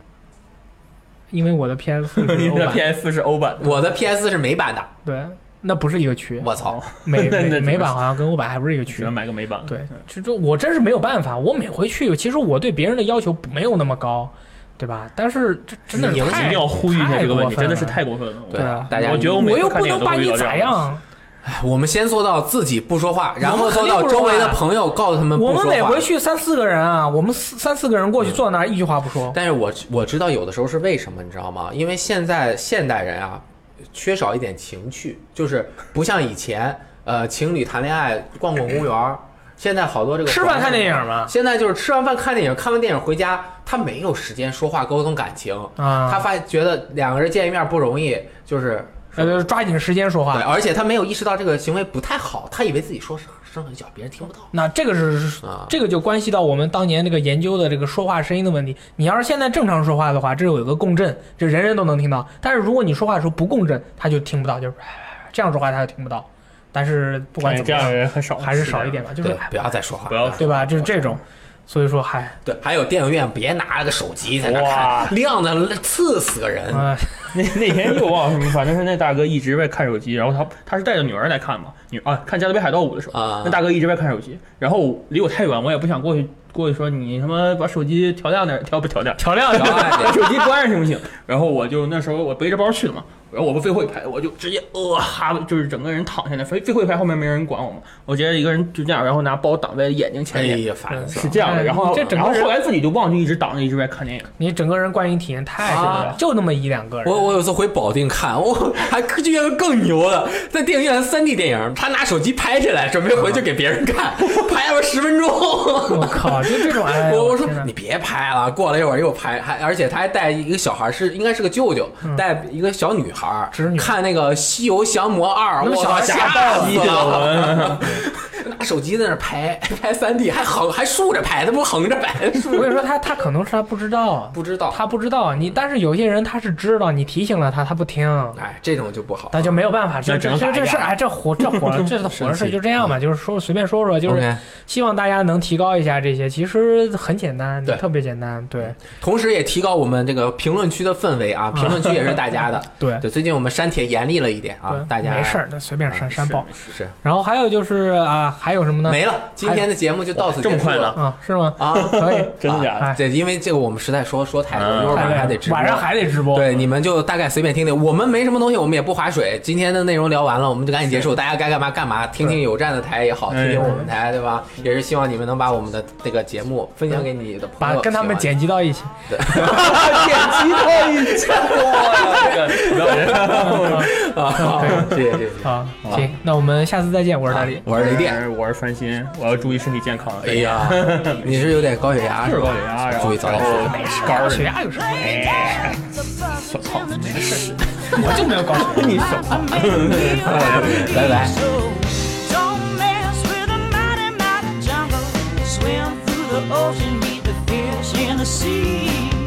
D: 因为我的 PS 是
B: 你
D: 欧
B: 的
D: 版，
B: PS 是欧版的，
A: 我的 PS 是美版的，
D: 对，那不是一个区，
A: 我操！
D: 美
B: 那那
D: 美美
B: 那
D: 版好像跟欧版还不是一个
B: 只
D: 区
B: 能。买个美版。
D: 对，就就我真是没有办法，我每回去，其实我对别人的要求没有那么高，对吧？但是这真的
A: 你
D: 是
A: 赢
B: 一
D: 太
B: 定要呼吁一下这个问
D: 太过
B: 题，
D: 分
B: 真的是
D: 了
B: 太过分了。
A: 对
D: 对啊
A: 大家
B: 我觉得我每
D: 我
B: 次
D: 又
B: 看
D: 不
B: 电影
D: 能
B: 都
D: 把
B: 会遇
D: 你
B: 到这
D: 咋
B: 样的。
D: 样。
A: 我们先做到自己不说话，然后
D: 我们
A: 做
D: 肯定
A: 到
D: 不
A: 周
D: 说话
A: 围的朋友告诉他们不
D: 我
A: 说话。
D: 们每回去三四个人啊，我们四三四个人过
B: 嗯
D: 去坐那儿，一句话不说。
A: 但是我我知道有的时候是为什么，你知道吗？因为现在现代人啊，缺少一点情趣，就是不像以前，呃，情侣谈恋爱逛逛公园儿，现在好多这个
D: 吃饭
A: 环
D: 看
A: 境
D: 电影嘛，
A: 现在就是吃完饭看电影，看完电影回家，他没有时间说话沟通感情，
D: 啊
A: 他发觉得两个人见一面不容易，就是
D: 呃，就是抓紧时间说
A: 对，
D: 话。
A: 而且他没有意识到这个行为不太好，他以为自己说声很小，别人听不到
D: 那这个是
A: 啊。
D: 这个就关系到我们当年那个研究的这个说话声音的问题。你要是现在正常说话的话，这有一个共振，这人人都能听到。但是如果你说话的时候不共振，他就听不到，就是这样说话他就听不到。但是不管
B: 哎
D: 怎么
B: 这样的
D: 样，
B: 人很少，
D: 还是少一点。吧，就是
A: 对，不要再说话，
B: 不要
D: 对吧？就是这种，所以说嗨，
A: 对，还有电影院别拿个手机在那
B: 哇
A: 看，亮的刺死个人。
D: 嗯，
B: 那那天又忘了什么，反正是那大哥一直在看手机，然后他他是带着女儿来看嘛，女啊看《加勒比海盗五》的时候，
A: 啊
B: 那大哥一直在看手机，然后离我太远，我也不想过去过去说你他妈把手机调亮点儿，调不调亮，
D: 调亮
A: 然
D: 调
A: 后
D: 亮。
A: 哎对
B: 把手机关上行不 行？然后我就那时候我背着包去的嘛，然后我不最后一排，我就直接呃哈，就是整个人躺下来，最最后一排后面没人管我嘛，我直接一个人就这样，然后拿包挡在眼睛前
A: 哎
B: 面。
A: 呀，烦死
B: 是
A: 了！
B: 这样的，
D: 哎
B: 然后
D: 这整
B: 然
D: 个
B: 后
D: 人
B: 后来自己就忘，就一直挡着，一直在看电影。
D: 你整个人观影体验太深
A: 啊
D: 了，就那么一两个人。
A: 我我有次回保定看，我还科技院更牛了，在电影院三 D 电影，他拿手机拍下来，准备回去给别人看，拍了十分钟。
D: 嗯 我靠，就这种哎，
A: 我我说
D: 天哪
A: 你别拍了，过了一会儿又拍，还而且他还带一个小孩儿，是应该是个舅舅，带一个小女孩儿，
D: 嗯侄女
A: 看那个《西游降魔二》，
D: 那
A: 我
D: 么小
A: 操
D: 孩
A: 吓
D: 吓
A: 死
B: 一了，
A: 拿手机在那儿拍拍三 D，还横还竖着拍，他不横着拍，竖
D: 我跟你说，他他可能是他不知道，
A: 不知道，
D: 他不知道你，但是有些人他是知道，你提醒了他，他不听，
A: 哎，这种就不好。
D: 那就没有办法。这
B: 那只
D: 这
B: 能
D: 这
B: 打
D: 这
B: 架
D: 事儿，哎，这火 这火这火的事儿就这样吧，就是说随便说说，就
A: 嗯
D: 是
A: OK，
D: 希望大家能提高一下这些，其实很简单，
A: 对
D: 特别简单，对
A: 同时也提高我们这个评论区的氛围啊，评论区也是大家 的。
D: 对
A: 对，最近我们删帖严厉了一点啊
D: 对，
A: 大家
D: 没事儿，那随便
A: 啊
D: 删删爆。
A: 是
D: 然后还有就是啊，还有什么呢？
A: 没了，今天的节目就到此
B: 这么
A: 结束
B: 快
A: 了
D: 啊，是吗？
A: 啊！
D: 可以，
B: 真的假的？
D: 哎
A: 对，因为这个我们实在说说太多，一会儿晚上还得直播，
D: 晚上还得直播，
A: 对，你们就大概随便听听。我们没什么东西，我们也不划水。今天的内容聊完了，我们就赶紧结束，大家该干嘛干嘛，听听有站的台也好，听
B: 哎
A: 听我们台，对吧？也是希望你们能把我们的这个节目分享给你的朋
D: 把
A: 友，
D: 跟他们
A: 喜欢
D: 剪辑到一起。
B: 点击到一千，
A: 啊， 谢谢谢谢。
D: 好，行，那我们下次再见，我是大力。
A: 我是雷电。，
B: 我是翻新，我要注意身体健康。哎
A: 哎，呀， 你是有点高血压
B: 就是是高
A: 吧
B: 血？压，然后
A: 注意早点睡
B: 没事，肝儿
D: 血压有什么？
B: 小胖子没事，
D: 我就没有高血压。
B: 你小胖子。
A: 拜拜。
E: Don't mess with the mighty, mighty jungle. Swim through the ocean, meet the fish in the sea.